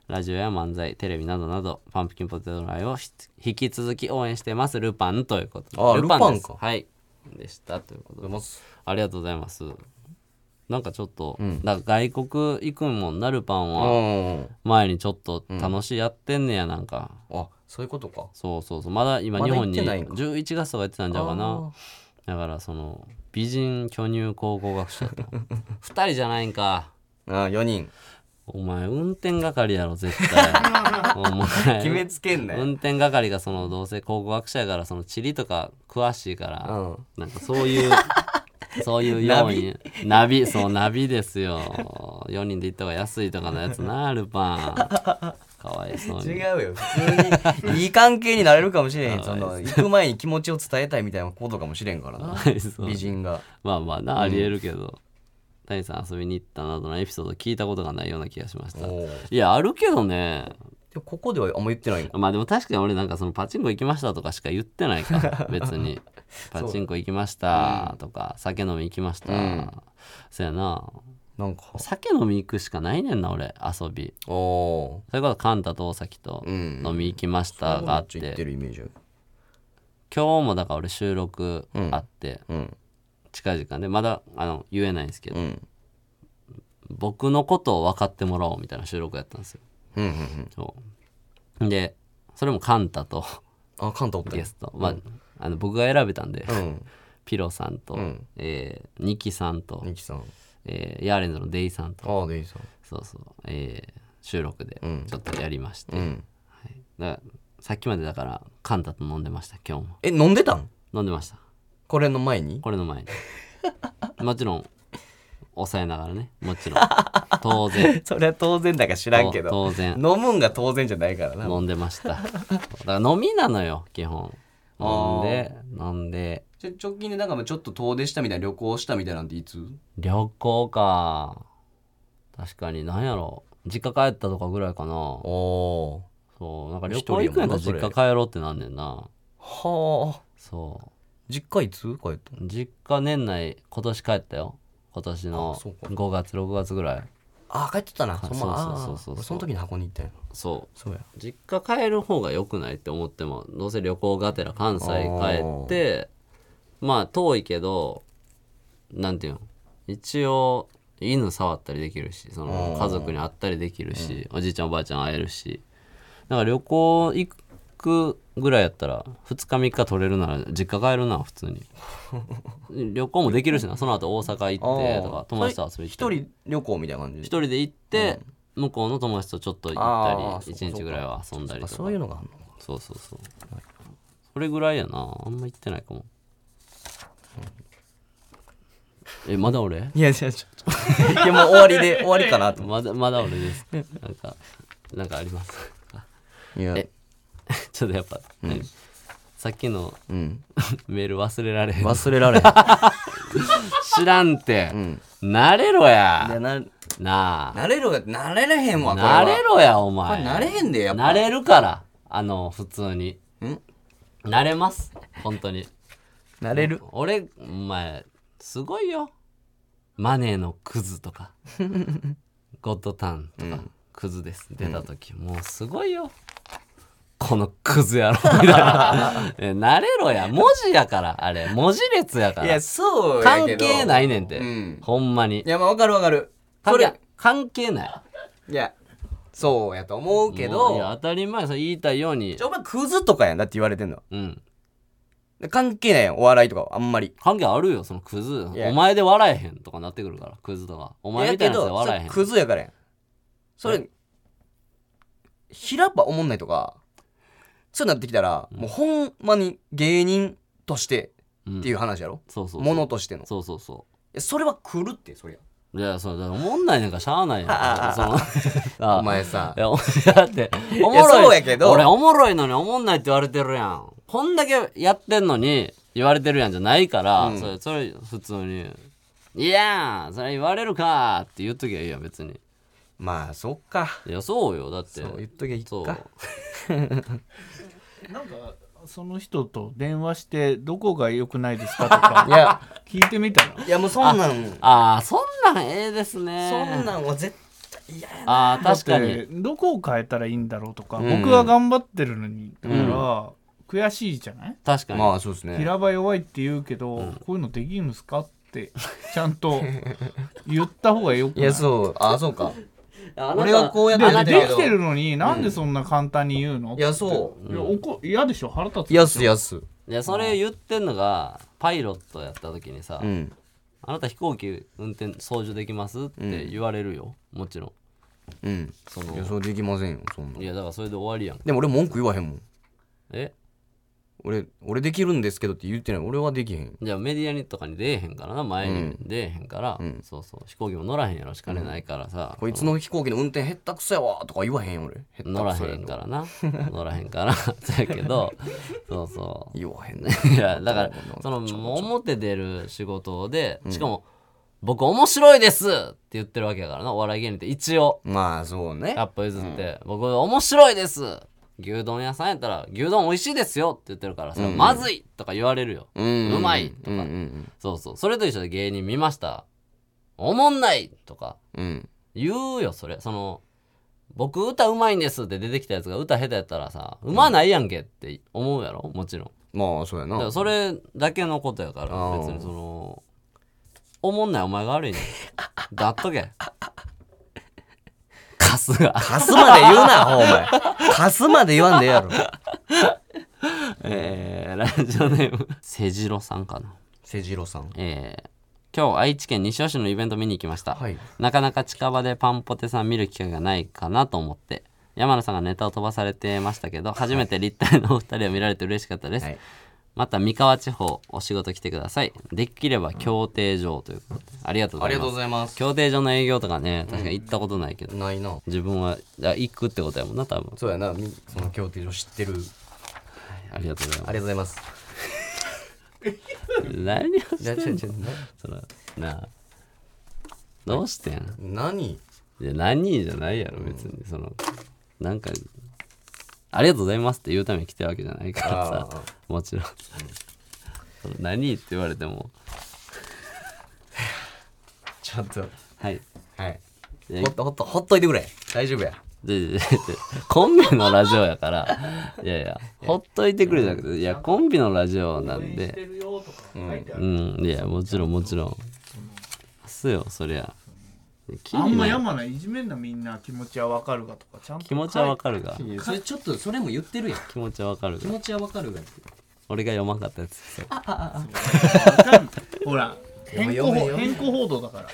[SPEAKER 1] ラジオや漫才テレビなどなどパンプキンポテトフライをひ引き続き応援してますルパンということで
[SPEAKER 2] あ
[SPEAKER 1] で
[SPEAKER 2] ル
[SPEAKER 1] す
[SPEAKER 2] パン
[SPEAKER 1] はいでしたということで
[SPEAKER 2] ます
[SPEAKER 1] ありがとうございます。なんかちょっと、なんか外国行くもんなるパン
[SPEAKER 2] う
[SPEAKER 1] は
[SPEAKER 2] ん
[SPEAKER 1] 前にちょっと楽しいやってんねやなんか、
[SPEAKER 2] あそういうことか
[SPEAKER 1] そうそうそうまだ今
[SPEAKER 2] ま
[SPEAKER 1] 日
[SPEAKER 2] だ
[SPEAKER 1] 本
[SPEAKER 2] 行っ
[SPEAKER 1] に
[SPEAKER 2] てないんか
[SPEAKER 1] 11月とかやってたんちゃうかなだからその美人巨乳考古学者 と2人じゃないんか
[SPEAKER 2] あ4人
[SPEAKER 1] お前運転係やろ絶 対お前
[SPEAKER 2] 決めつけんなよ
[SPEAKER 1] 運転係がそのどうせ考古学者やからその地理とか詳しいから、
[SPEAKER 2] うん
[SPEAKER 1] なんかそういうそういう要因ナビそうナビですよ4人で行った方が安いとかのやつ なルパンかわいそう
[SPEAKER 2] 違
[SPEAKER 1] に
[SPEAKER 2] うよ普通にい い関係になれるかもしれへん
[SPEAKER 1] あ
[SPEAKER 2] その行く前に気持ちを伝えたいみたいなことかもしれんからな
[SPEAKER 1] かわいそう
[SPEAKER 2] 美人が
[SPEAKER 1] まあまあなありえるけど、谷さん遊びに行ったなどのエピソード聞いたことがないような気がしました
[SPEAKER 2] おう
[SPEAKER 1] いやあるけどね
[SPEAKER 2] でここではあんま言ってないんか
[SPEAKER 1] まあでも確かに俺なんかそのパチンコ行きましたとかしか言ってないから別 にパチンコ行きましたとか酒飲み行きました、
[SPEAKER 2] うん
[SPEAKER 1] そやな
[SPEAKER 2] なんか
[SPEAKER 1] 酒飲み行くしかないねんな俺遊び
[SPEAKER 2] おお
[SPEAKER 1] それこそカンタと大崎と
[SPEAKER 2] うん
[SPEAKER 1] 飲み行きましたがあ
[SPEAKER 2] めっ
[SPEAKER 1] っ
[SPEAKER 2] ち
[SPEAKER 1] て
[SPEAKER 2] ゃ言ってるイメージある
[SPEAKER 1] 今日もだから俺収録あって、
[SPEAKER 2] うん
[SPEAKER 1] 近々でまだあの言えないんですけど、
[SPEAKER 2] うん
[SPEAKER 1] 僕のことを分かってもらおうみたいな収録やったんですよ
[SPEAKER 2] うんうんうん
[SPEAKER 1] そうでそれもカンタと
[SPEAKER 2] あカンタおった
[SPEAKER 1] ゲ
[SPEAKER 2] よ
[SPEAKER 1] スト、まああの僕が選べたんで、
[SPEAKER 2] うん
[SPEAKER 1] ピロさんと、
[SPEAKER 2] ん
[SPEAKER 1] えーニキさんと、
[SPEAKER 2] ニキさん
[SPEAKER 1] えーヤーレンズのデイさんと
[SPEAKER 2] ああデイさん
[SPEAKER 1] そうそう、えー収録で
[SPEAKER 2] うん
[SPEAKER 1] ちょっとやりまして、
[SPEAKER 2] うん
[SPEAKER 1] だからさっきまでだからカンタと飲んでました今日も
[SPEAKER 2] え飲んでたん
[SPEAKER 1] 飲んでました
[SPEAKER 2] これの前に
[SPEAKER 1] これの前に もちろん抑えながらねもちろん当然
[SPEAKER 2] それは当然だから知らんけど
[SPEAKER 1] 当然
[SPEAKER 2] 飲むんが当然じゃないからな
[SPEAKER 1] 飲んでましたそうだから飲みなのよ基本飲んで飲んで
[SPEAKER 2] ちょ直近でなんかちょっと遠出したみたいな旅行したみたいなんていつ
[SPEAKER 1] 旅行か確かに何やろ実家帰ったとかぐらいかな
[SPEAKER 2] おお
[SPEAKER 1] そうなんか旅行行くんやったら実
[SPEAKER 2] 一人やもんなそれ
[SPEAKER 1] 家帰ろうってなんねんな
[SPEAKER 2] はあ
[SPEAKER 1] そ
[SPEAKER 2] 実家いつ帰ったの
[SPEAKER 1] う実家年内今年帰ったよ今年の
[SPEAKER 2] あそうか
[SPEAKER 1] 5月6月ぐらい
[SPEAKER 2] あ帰ってたな
[SPEAKER 1] はい
[SPEAKER 2] そんま
[SPEAKER 1] そうそう
[SPEAKER 2] あー
[SPEAKER 1] そうそう
[SPEAKER 2] 俺その時に箱に行ったよな
[SPEAKER 1] そ
[SPEAKER 2] そうや
[SPEAKER 1] う実家帰る方が良くないって思ってもどうせ旅行がてら関西帰ってまあ遠いけどなんていうの一応犬触ったりできるしその家族に会ったりできるし、おじいちゃんおばあちゃん会えるしだから旅行行くぐらいやったら2日3日取れるなら実家帰るな普通 に旅行もできるしなその後大阪行ってと
[SPEAKER 2] あ
[SPEAKER 1] か
[SPEAKER 2] ー
[SPEAKER 1] 友達と遊びに行
[SPEAKER 2] 一
[SPEAKER 1] って
[SPEAKER 2] 人旅行みたいな感じ
[SPEAKER 1] 一人で行って、向こうの友達とちょっと行
[SPEAKER 2] あ
[SPEAKER 1] っ
[SPEAKER 2] ー
[SPEAKER 1] たり1日ぐらいは遊んだりとか
[SPEAKER 2] そういうのがあんのか
[SPEAKER 1] そうそうそうそれぐらいやなあんま行ってないかもえまだ俺
[SPEAKER 2] いやいやちょ っといやもう終わりで終わりかなと思
[SPEAKER 1] まだまだ俺ですなんかなんかあります
[SPEAKER 2] っていや
[SPEAKER 1] えちょっとやっぱ、何さっきの
[SPEAKER 2] うん
[SPEAKER 1] メール忘れられへん
[SPEAKER 2] 忘れられへん
[SPEAKER 1] 知らん て、
[SPEAKER 2] ん
[SPEAKER 1] なれろや
[SPEAKER 2] でな
[SPEAKER 1] なあ
[SPEAKER 2] なれろがなれれへんわこれ
[SPEAKER 1] な
[SPEAKER 2] は
[SPEAKER 1] れろやお
[SPEAKER 2] これ
[SPEAKER 1] 前
[SPEAKER 2] なれへんでやっぱ
[SPEAKER 1] なれるからあの普通に
[SPEAKER 2] ん
[SPEAKER 1] なれます本当に
[SPEAKER 2] なれる
[SPEAKER 1] 俺お前すごいよマネーのクズと かゴッドタンとか、クズです出た時、もうすごいよこのクズやろみたい なえなれろや文字やからあれ文字列やか
[SPEAKER 2] い
[SPEAKER 1] ら
[SPEAKER 2] やそうや
[SPEAKER 1] 関
[SPEAKER 2] けど
[SPEAKER 1] 係ないねんて、
[SPEAKER 2] うん
[SPEAKER 1] ほんまに
[SPEAKER 2] いやまあわかるわかるそ
[SPEAKER 1] 関
[SPEAKER 2] れ
[SPEAKER 1] 係関係ない
[SPEAKER 2] いやそうやと思うけ
[SPEAKER 1] もうい
[SPEAKER 2] ど
[SPEAKER 1] や当たり前それ言いたいように
[SPEAKER 2] ちょお前クズとかやんだって言われてんの
[SPEAKER 1] うん
[SPEAKER 2] 関係ないやんお笑いとかはあんまり
[SPEAKER 1] 関係あるよそのクズ
[SPEAKER 2] いや
[SPEAKER 1] お前で笑えへんとかなってくるからクズとかお前
[SPEAKER 2] や
[SPEAKER 1] みたい
[SPEAKER 2] け
[SPEAKER 1] なやつで
[SPEAKER 2] どそ
[SPEAKER 1] 笑えへ
[SPEAKER 2] れ
[SPEAKER 1] ん
[SPEAKER 2] クズやからやんそれ平場おもんないとかそうなってきたら、もうほんまに芸人としてっていう話やろ、
[SPEAKER 1] そうそうそう
[SPEAKER 2] ものとしてのい
[SPEAKER 1] そうそうそ
[SPEAKER 2] やそれは来るってそりゃ
[SPEAKER 1] ういやそうだからおもんないなんかしゃあないやんその あ
[SPEAKER 2] お前さ
[SPEAKER 1] いやおだっておもろい
[SPEAKER 2] そうやけど
[SPEAKER 1] 俺おもろいのにおもんないって言われてるやんこんだけやってんのに言われてるやんじゃないから、それそれ普通に「いやーそれ言われるか」って言っときゃいいやん別に
[SPEAKER 2] まあそっか
[SPEAKER 1] いやそうよだって
[SPEAKER 2] そう言っときゃいい
[SPEAKER 1] そう
[SPEAKER 2] か
[SPEAKER 3] なんかその人と電話してどこが良くないですかとか
[SPEAKER 2] いや
[SPEAKER 3] 聞いてみたら
[SPEAKER 2] いやもうそんなん
[SPEAKER 1] ああそんなんええですね
[SPEAKER 2] そんなんは絶対嫌やな
[SPEAKER 1] ああ確か
[SPEAKER 3] だっ
[SPEAKER 1] に
[SPEAKER 3] てどこを変えたらいいんだろうとか、
[SPEAKER 2] うん
[SPEAKER 3] 僕は頑張ってるのにだから、悔しいじゃない
[SPEAKER 1] 確かに、
[SPEAKER 2] まあそうですね
[SPEAKER 3] 平場弱いって言うけど、こういうのできるんですかってちゃんと言った方がよく
[SPEAKER 2] い
[SPEAKER 3] ない
[SPEAKER 2] やそうあそうか
[SPEAKER 1] あなた
[SPEAKER 2] 俺がこうやって
[SPEAKER 3] で
[SPEAKER 2] やって
[SPEAKER 3] で
[SPEAKER 2] るけ
[SPEAKER 3] き
[SPEAKER 2] ど
[SPEAKER 3] てるのになんでそんな簡単に言うの
[SPEAKER 2] いやそ
[SPEAKER 3] い
[SPEAKER 2] う
[SPEAKER 3] や怒嫌でしょ腹立つ
[SPEAKER 2] やすやす
[SPEAKER 1] いやそれ言ってんのがパイロットやった時にさ、
[SPEAKER 2] うん
[SPEAKER 1] あなた飛行機運転操縦できますって言われるよ、もちろ
[SPEAKER 2] うん
[SPEAKER 1] その
[SPEAKER 2] いやそうできませんよそんなん
[SPEAKER 1] いやだからそれで終わりやん
[SPEAKER 2] でも俺文句言わへんもん
[SPEAKER 1] え
[SPEAKER 2] 俺俺できるんですけどって言ってない俺はできへん
[SPEAKER 1] じゃあメディアにとかに出えへんからな前に出えへんから、
[SPEAKER 2] ん
[SPEAKER 1] そうそう飛行機も乗らへんやろしかねないからさ、
[SPEAKER 2] こいつの飛行機の運転へったくそやわとか言わへん俺へっ
[SPEAKER 1] 乗
[SPEAKER 2] た
[SPEAKER 1] ら
[SPEAKER 2] くそ
[SPEAKER 1] へ
[SPEAKER 2] や
[SPEAKER 1] ん
[SPEAKER 2] と
[SPEAKER 1] か
[SPEAKER 2] から
[SPEAKER 1] な乗らへんから だけどそうそ
[SPEAKER 2] 言わへんね
[SPEAKER 1] ういやだからそのもう表出る仕事でしかも、僕面白いですって言ってるわけやからなお笑い芸人って一応
[SPEAKER 2] まあそうね
[SPEAKER 1] やっぱ譲って、僕面白いです牛丼屋さんやったら牛丼美味しいですよって言ってるからさ、まずいとか言われるよ、
[SPEAKER 2] うん
[SPEAKER 1] うまいとか
[SPEAKER 2] うんうん
[SPEAKER 1] そうそうそれと一緒で芸人見ましたおもんないとか
[SPEAKER 2] うんうん
[SPEAKER 1] 言うよそれその僕歌うまいんですって出てきたやつが歌下手やったらさうまないやんけって思うやろもちろん
[SPEAKER 2] まあそうやな
[SPEAKER 1] だからそれだけのことやから
[SPEAKER 2] うん
[SPEAKER 1] 別にそのおもんないお前が悪いね んだっとけ カスが
[SPEAKER 2] カスまで言うな、お前。カスまで言わんでええやろ。
[SPEAKER 1] えー、ラジオネーム、せじろさんかな。
[SPEAKER 2] せじろさん。
[SPEAKER 1] えー、今日愛知県西尾市のイベント見に行きました。
[SPEAKER 2] はい。
[SPEAKER 1] なかなか近場でパンポテさん見る機会がないかなと思って。山野さんがネタを飛ばされてましたけど、初めて立体のお二人を見られて嬉しかったです。
[SPEAKER 2] はい
[SPEAKER 1] また三河地方お仕事来てください。できれば協定場ということで。ありがとうご
[SPEAKER 2] あ
[SPEAKER 1] ざ
[SPEAKER 2] り
[SPEAKER 1] い
[SPEAKER 2] がとう
[SPEAKER 1] ま
[SPEAKER 2] ご
[SPEAKER 1] す。
[SPEAKER 2] ざいます。
[SPEAKER 1] 協定場の営業とかね、確かに行ったことないけど、
[SPEAKER 2] ないな。
[SPEAKER 1] 自分はあ行くってことやもんな、多分。
[SPEAKER 2] そうやな、みその協定所知ってる。
[SPEAKER 1] ありがとうございま
[SPEAKER 2] ありがとうございます。
[SPEAKER 1] す。何を
[SPEAKER 2] じゃあ、ちょちょ、な
[SPEAKER 1] そらなあどうしてん
[SPEAKER 2] 何
[SPEAKER 1] いや何じゃないやろ別にそのなんか「ありがとうございます」って言うために来たわけじゃないからさ
[SPEAKER 2] あ
[SPEAKER 1] もちろんその何って言われても
[SPEAKER 2] ちょっと、
[SPEAKER 1] はい
[SPEAKER 2] はい。
[SPEAKER 1] いや
[SPEAKER 2] ほっと、ほっと、ほっといてくれ。大丈夫や。
[SPEAKER 1] ででででコンビのラジオやからいやいやほっといてくれじゃなくていやコンビのラジオなんで
[SPEAKER 3] るよとか書いてあ
[SPEAKER 1] うんいやもちろんもちろんそうよそりゃ気
[SPEAKER 3] あんま山名いじめんなみんな気持ちはわかるかとかちゃんと
[SPEAKER 1] 気持ちはわかるが
[SPEAKER 2] それちょっと、それも言ってるやん。
[SPEAKER 1] 気持ちはわかるが
[SPEAKER 2] 持ちはわかるが。
[SPEAKER 1] 俺が読まんかったやつそう
[SPEAKER 3] わかるほら変更
[SPEAKER 2] 読め
[SPEAKER 3] 報
[SPEAKER 2] よ
[SPEAKER 3] 変更報道だから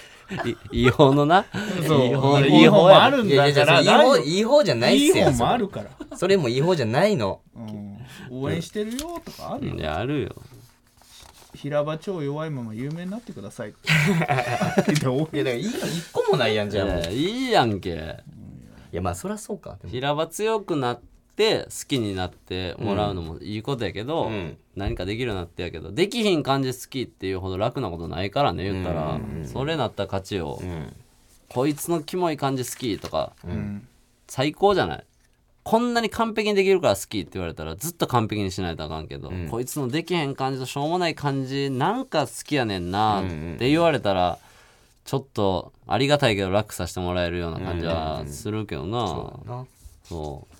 [SPEAKER 1] い違法のな
[SPEAKER 3] そう
[SPEAKER 1] 違法
[SPEAKER 3] いい方もあ
[SPEAKER 1] る
[SPEAKER 3] るん
[SPEAKER 2] いやい
[SPEAKER 3] だ
[SPEAKER 2] や
[SPEAKER 3] か
[SPEAKER 2] いや、
[SPEAKER 3] ら
[SPEAKER 2] いい方、
[SPEAKER 3] ラジ
[SPEAKER 2] いい方じゃ
[SPEAKER 3] オ
[SPEAKER 2] ない
[SPEAKER 3] い
[SPEAKER 2] っ
[SPEAKER 3] い
[SPEAKER 2] すよ。
[SPEAKER 3] 方もあるから、
[SPEAKER 2] それそれもいい方じゃないの。
[SPEAKER 3] うん、応援してるよとかあるよ
[SPEAKER 1] いやあるよ
[SPEAKER 3] 平場超弱いまま有名になってくださいで応
[SPEAKER 2] いや、だから、いいの一個もないやん、
[SPEAKER 1] い
[SPEAKER 2] じゃあもう。い
[SPEAKER 1] やいいやんけ
[SPEAKER 2] や、まあ、そりゃそうか。でも
[SPEAKER 1] 平場強くなって好きになってもらうのもいいことやけど、
[SPEAKER 2] うん
[SPEAKER 1] 何かできるようになってやけどできひん感じ好きっていうほど楽なことないからね言ったら、それなったら勝ちよ、
[SPEAKER 2] ん
[SPEAKER 1] こいつのキモい感じ好きとか、
[SPEAKER 3] ん
[SPEAKER 1] 最高じゃないこんなに完璧にできるから好きって言われたらずっと完璧にしないとあかんけど、こいつのできへん感じとしょうもない感じなんか好きやねんなって言われたらちょっとありがたいけど楽させてもらえるような感じはするけどな、
[SPEAKER 2] な
[SPEAKER 1] そう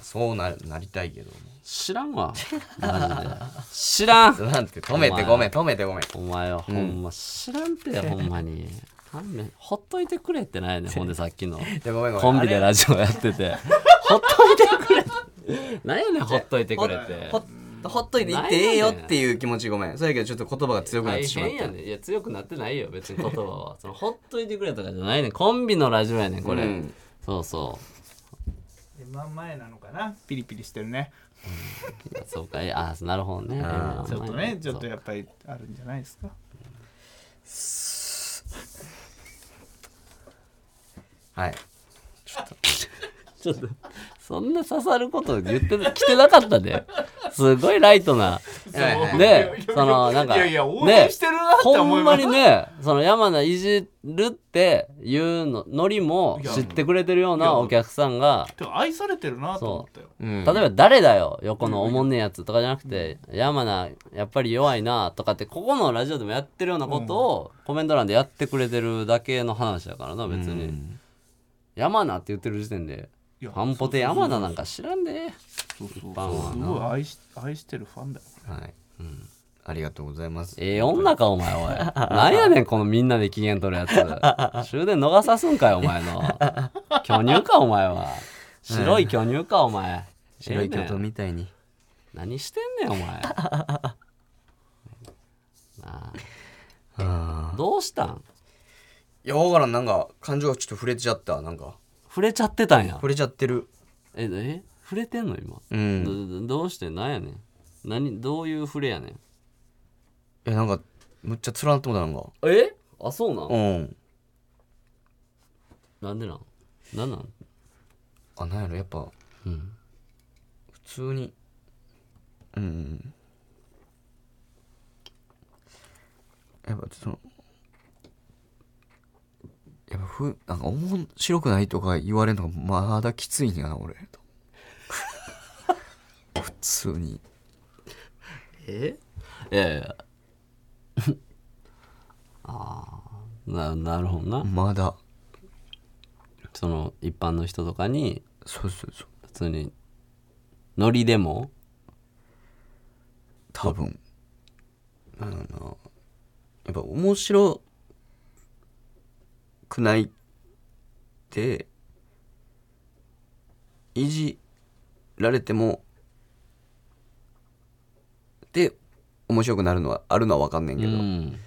[SPEAKER 2] そうななりたいけども
[SPEAKER 1] 知らんわ マジで知らん
[SPEAKER 2] なんて止めてごめん止めてごめん
[SPEAKER 1] お前はほんま知らんて、ほんまに勘弁ほっといてくれってないねんほんでさっ きの
[SPEAKER 2] でごめんごめん
[SPEAKER 1] コンビで
[SPEAKER 2] っ
[SPEAKER 1] ラジオやっててほっといてくれって何やねんほっといてくれって
[SPEAKER 2] ほっほっといていってええよっていう気持ちごめんそれやけどちょっと言葉が強くなっ
[SPEAKER 1] 大
[SPEAKER 2] てしまっ
[SPEAKER 1] 変やねんいや強くなってないよ別に言葉はその ほっといてくれとかじゃないねんコンビのラジオやねんこれ、
[SPEAKER 2] うん
[SPEAKER 1] そうそ
[SPEAKER 3] M1 前なのかなピリピリしてるね
[SPEAKER 1] うそうかえあなるほどね
[SPEAKER 2] あ
[SPEAKER 3] ちょっとねちょっ
[SPEAKER 1] そ
[SPEAKER 3] と
[SPEAKER 1] う
[SPEAKER 3] やっぱりあるんじゃないですか
[SPEAKER 2] たはい
[SPEAKER 1] ちょっとそんな刺さること言ってな来てなかったですごいライトな
[SPEAKER 2] はいはい
[SPEAKER 1] ねそのなんか
[SPEAKER 3] いやいや応援してるなって思
[SPEAKER 1] ほ
[SPEAKER 3] い
[SPEAKER 1] ん
[SPEAKER 3] ま
[SPEAKER 1] ますにねその山名いじるっていうのノリも知ってくれてるようなお客さんが
[SPEAKER 3] てか愛されてるなと思ったよ
[SPEAKER 2] うん
[SPEAKER 1] 例えば誰だよ横のおもんねえやつとかじゃなくて山名やっぱり弱いなとかってここのラジオでもやってるようなことをコメント欄でやってくれてるだけの話だからな別に山名って言ってる時点で
[SPEAKER 3] いや
[SPEAKER 1] パンポテ山名なんか知らんで
[SPEAKER 3] そうそう
[SPEAKER 1] 般はな
[SPEAKER 3] すごい愛し愛してるファンだよ
[SPEAKER 2] はいありがとうございます
[SPEAKER 1] ええ女かお前おいなんやねんこのみんなで機嫌取るや つ終電逃さすんかよお前の巨乳かお前は白い巨乳かお前
[SPEAKER 2] 白い巨
[SPEAKER 1] ええ
[SPEAKER 2] 頭
[SPEAKER 1] ねん
[SPEAKER 2] みたいに
[SPEAKER 1] 何してんねんお前なあ
[SPEAKER 2] あ
[SPEAKER 1] どうしたん
[SPEAKER 2] いやわからんなんか感情がちょっと触れちゃったなんか
[SPEAKER 1] 触れちゃってたんや
[SPEAKER 2] 触れちゃってる
[SPEAKER 1] ええ触れてんの今、
[SPEAKER 2] うん
[SPEAKER 1] どどどうしてなんやねん何どういう触れやねん
[SPEAKER 2] えなんかむっちゃ連なってもうたなんか
[SPEAKER 1] えあそうなん、
[SPEAKER 2] うん
[SPEAKER 1] なんでなんなんなん
[SPEAKER 2] あなんやろやっぱ
[SPEAKER 1] うん
[SPEAKER 2] 普通にうんやっぱそのやっぱふなんか面白くないとか言われるのがまだきついんやな 俺普通に
[SPEAKER 1] えいやいや ああななるほどな、
[SPEAKER 2] まだ
[SPEAKER 1] その一般の人とかに
[SPEAKER 2] そうそうそう
[SPEAKER 1] 普通にノリでも
[SPEAKER 2] 多分なんだろうなやっぱ面白くないっていじられてもで面白くなるのはあるのは分かんねんけど、
[SPEAKER 1] うん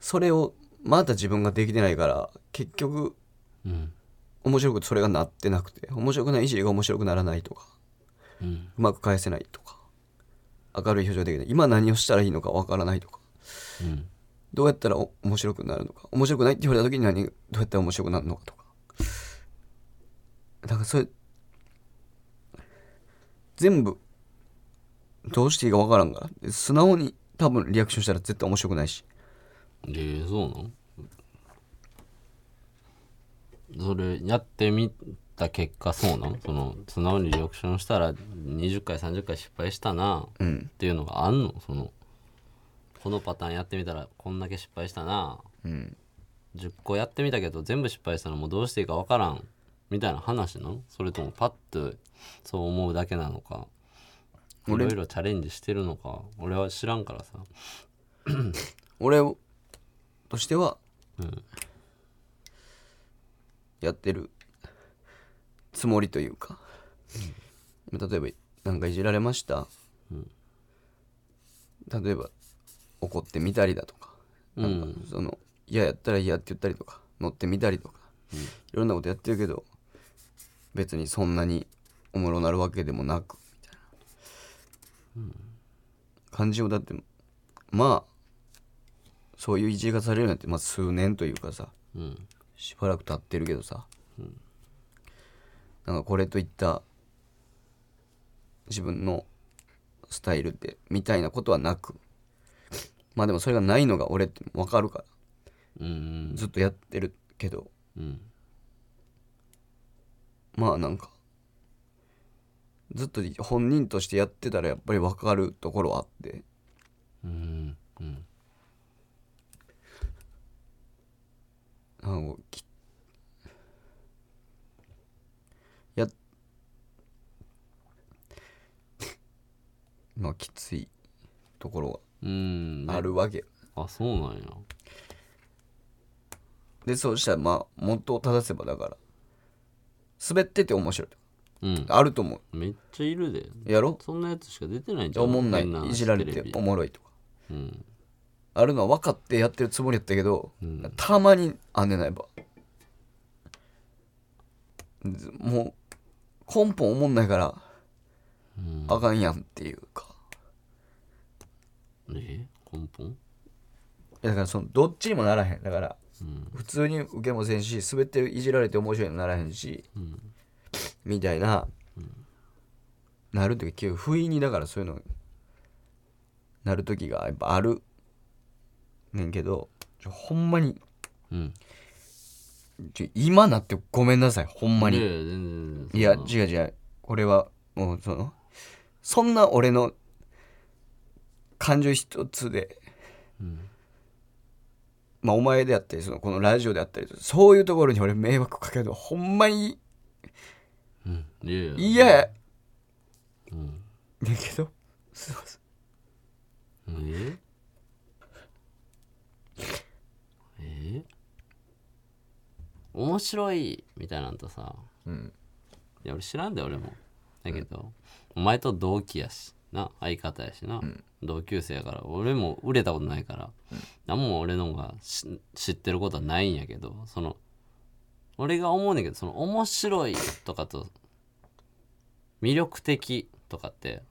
[SPEAKER 2] それをまだ自分ができてないから結局
[SPEAKER 1] うん
[SPEAKER 2] 面白くそれがなってなくて面白くないいじりが面白くならないとか
[SPEAKER 1] うん
[SPEAKER 2] うまく返せないとか明るい表情できない今何をしたらいいのか分からないとか
[SPEAKER 1] うん
[SPEAKER 2] どうやったらお面白くなるのか面白くないって言われた時に何どうやったら面白くなるのかとかだからそれ全部どうしていいか分からんからで素直に多分リアクションしたら絶対面白くないし
[SPEAKER 1] えー、そうなんそれやってみた結果そうなんその素直にリアクションしたら20回30回失敗したなっ
[SPEAKER 2] うん
[SPEAKER 1] ていうのがあんのそのこのパターンやってみたらこんだけ失敗したな
[SPEAKER 2] うん
[SPEAKER 1] 10個やってみたけど全部失敗したのもうどうしていいかわからんみたいな話なのそれともパッとそう思うだけなのかいろいろチャレンジしてるのか俺は知らんからさ
[SPEAKER 2] 俺としては
[SPEAKER 1] うん
[SPEAKER 2] やってるつもりというか、例えばなんかいじられました、例えば怒ってみたりだとかなんか
[SPEAKER 1] うん
[SPEAKER 2] その嫌やったら嫌って言ったりとか乗ってみたりとか、いろんなことやってるけど別にそんなにおもろなるわけでもなくみたいな、感じをだってまあそういういじりがされるようになって、まあ、数年というかさ、
[SPEAKER 1] うん
[SPEAKER 2] しばらく経ってるけどさ、なんかこれといった自分のスタイルってみたいなことはなくまあでもそれがないのが俺って分かるから
[SPEAKER 1] うん
[SPEAKER 2] ずっとやってるけど
[SPEAKER 1] うん
[SPEAKER 2] まあなんかずっと本人としてやってたらやっぱり分かるところはあって
[SPEAKER 1] うんうん
[SPEAKER 2] なんかこうきやっ まあきついところ
[SPEAKER 1] うん
[SPEAKER 2] があるわけ、
[SPEAKER 1] あそうなんや
[SPEAKER 2] でそうしたらまあ元を正せばだから滑ってて面白いと
[SPEAKER 1] うん
[SPEAKER 2] あると思
[SPEAKER 1] めっちゃいるで
[SPEAKER 2] うやろ
[SPEAKER 1] そんなやつしか出てないん
[SPEAKER 2] おもんな
[SPEAKER 1] み
[SPEAKER 2] いいじられ
[SPEAKER 1] テレ
[SPEAKER 2] て
[SPEAKER 1] ビ
[SPEAKER 2] おもろいとか
[SPEAKER 1] うん
[SPEAKER 2] あるのは分かってやってるつもりやったけど、たまにあんねんなやっぱずもう根本おもんないから、
[SPEAKER 1] うん
[SPEAKER 2] あかんやんっていうか
[SPEAKER 1] え根本
[SPEAKER 2] いやだからそのどっちにもならへんだから
[SPEAKER 1] うん
[SPEAKER 2] 普通に受けもせんし滑っていじられて面白いのならへんし
[SPEAKER 1] うん
[SPEAKER 2] みたいな、なる時急不意にだからそういうのなる時がやっぱあるねんけどちょほんまに
[SPEAKER 1] うん
[SPEAKER 2] ちょ今なってごめんなさいほんま
[SPEAKER 1] いやい
[SPEAKER 2] に
[SPEAKER 1] や全然
[SPEAKER 2] いや
[SPEAKER 1] そんな
[SPEAKER 2] 違う違うこれはもうそのそんな俺の感情一つで
[SPEAKER 1] うん
[SPEAKER 2] まあ、お前であったりそのこのラジオであったりそういうところに俺迷惑かけるのほんまに
[SPEAKER 1] うんいやいや
[SPEAKER 2] 嫌や
[SPEAKER 1] うん
[SPEAKER 2] ねんけどすいません
[SPEAKER 1] ええ面白いみたいなんとさ、
[SPEAKER 2] ん
[SPEAKER 1] いや俺知らんで俺もだけど、お前と同期やしな相方やしな、同級生やから俺も売れたことないから、何も俺の方がし知ってることはないんやけどその俺が思うねんだけどその面白いとかと魅力的とかって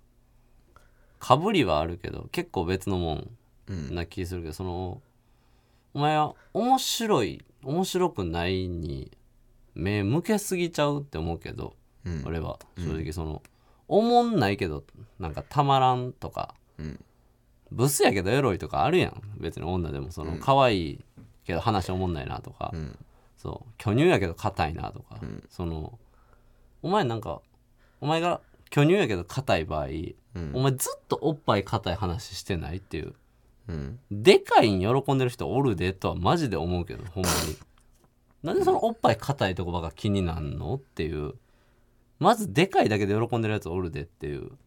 [SPEAKER 1] かぶりはあるけど結構別のもん
[SPEAKER 2] うん
[SPEAKER 1] な気するけどそのお前は面白い面白くないに目向けすぎちゃうって思うけど
[SPEAKER 2] うん
[SPEAKER 1] 俺は正直その、おもんないけどなんかたまらんとか、
[SPEAKER 2] うん
[SPEAKER 1] ブスやけどエロいとかあるやん別に女でもその、可愛いけど話おもんないなとか、
[SPEAKER 2] うん
[SPEAKER 1] そう巨乳やけど硬いなとか、そのお前なんかお前が巨乳やけど硬い場合、
[SPEAKER 2] うん
[SPEAKER 1] お前ずっとおっぱい硬い話してないっていう
[SPEAKER 2] うん
[SPEAKER 1] でかいん喜んでる人おるでとはマジで思うけどほんまに なんでそのおっぱい硬いとこばっか気になんのっていうまずでかいだけで喜んでるやつおるでっていう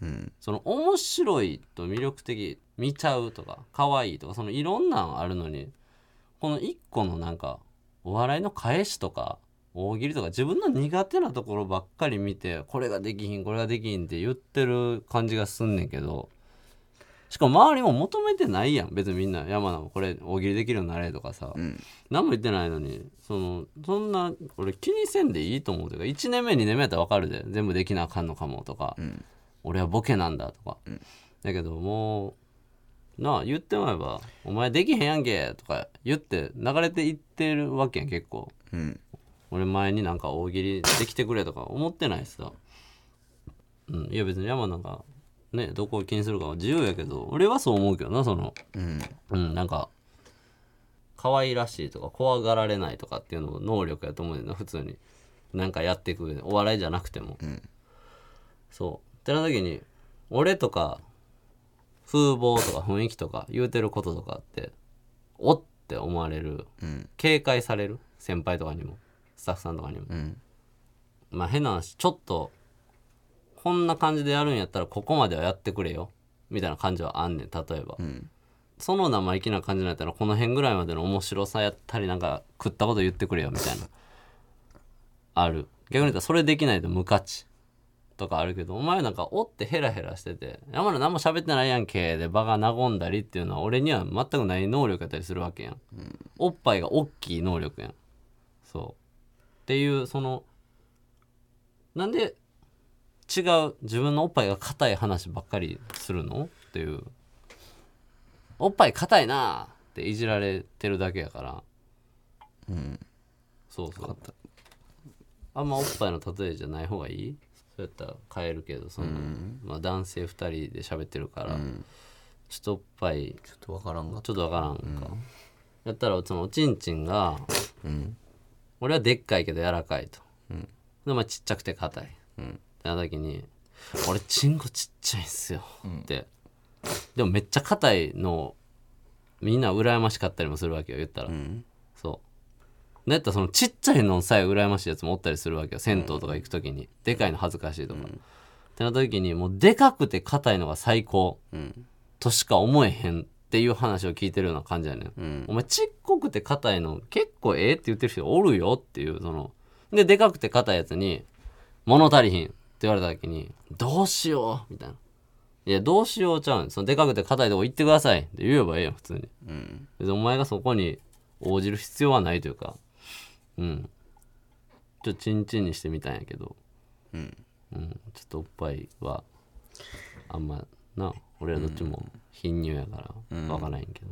[SPEAKER 2] うん
[SPEAKER 1] その面白いと魅力的見ちゃうとか可愛いとかそのいろんなんあるのにこの一個のなんかお笑いの返しとか大喜利とか自分の苦手なところばっかり見てこれができひんこれができひんって言ってる感じがすんねんけどしかも周りも求めてないやん別にみんな山名もこれ大喜利できるようになれとかさ、
[SPEAKER 2] ん
[SPEAKER 1] 何も言ってないのにそのそんな俺気にせんでいいと思うというか1年目2年目やったら分かるで全部できなあかんのかもとか、
[SPEAKER 2] ん
[SPEAKER 1] 俺はボケなんだとか、だけどもうなあ言ってもらえば「お前できへんやんけ」とか言って流れていってるわけやん結構
[SPEAKER 2] うん
[SPEAKER 1] 俺前になんか大喜利できてくれとか思ってないしさ、うん、いや別に山なんかねどこを気にするかは自由やけど俺はそう思うけどなその
[SPEAKER 2] うん
[SPEAKER 1] うん、なんか可愛らしいとか怖がられないとかっていうのも能力やと思うねんな普通になんかやっていく上でお笑いじゃなくても、
[SPEAKER 2] ん
[SPEAKER 1] そうってな時に俺とか風貌とか雰囲気とか言うてることとかっておって思われる
[SPEAKER 2] うん
[SPEAKER 1] 警戒される先輩とかにもスタッフさんとかにも、
[SPEAKER 2] うん
[SPEAKER 1] まあ変な話ちょっとこんな感じでやるんやったらここまではやってくれよみたいな感じはあんねん例えば、
[SPEAKER 2] うん
[SPEAKER 1] その生意気な感じになったらこの辺ぐらいまでの面白さやったりなんか食ったこと言ってくれよみたいなある逆に言ったらそれできないと無価値とかあるけどお前なんかおってヘラヘラしてて「山田何も喋ってないやんけ」で場が和んだりっていうのは俺には全くない能力やったりするわけやん、おっぱいが大きい能力やんそうっていうそのなんで違う自分のおっぱいが硬い話ばっかりするのっていうおっぱい硬いなーっていじられてるだけやから
[SPEAKER 2] うん
[SPEAKER 1] そうそうあんまおっぱいの例えじゃない方がいいそうやったら変えるけどその、まあ、男性2人で喋ってるから、ちょっとおっぱい
[SPEAKER 2] ちょっとわからんが
[SPEAKER 1] ちょっとわからんか、やったらそのおちんちんが、俺はでっかいけど柔らかいと、でまあちっちゃくて硬い、ってなった時に「俺チンコちっちゃいんすよ」って、でもめっちゃ硬いのをみんな羨ましかったりもするわけよ言ったら、そうだったらそのちっちゃいのさえ羨ましいやつもおったりするわけよ銭湯とか行く時に、でかいの恥ずかしいとか、ってなった時にもうでかくて硬いのが最高、としか思えへんっていう話を聞いてるような感じやねん、お前ちっこくて硬いの結構ええって言ってる人おるよっていうそのででかくて硬いやつに「物足りひん」って言われた時に「どうしよう」みたいな「いやどうしようちゃうんそのでかくて硬いとこ行ってください」って言えばええやん普通に、別にお前がそこに応じる必要はないというかうんちょっとチンチンにしてみたんやけどうん、ちょっとおっぱいはあんまな俺らどっちも貧乳やから分からへんけど、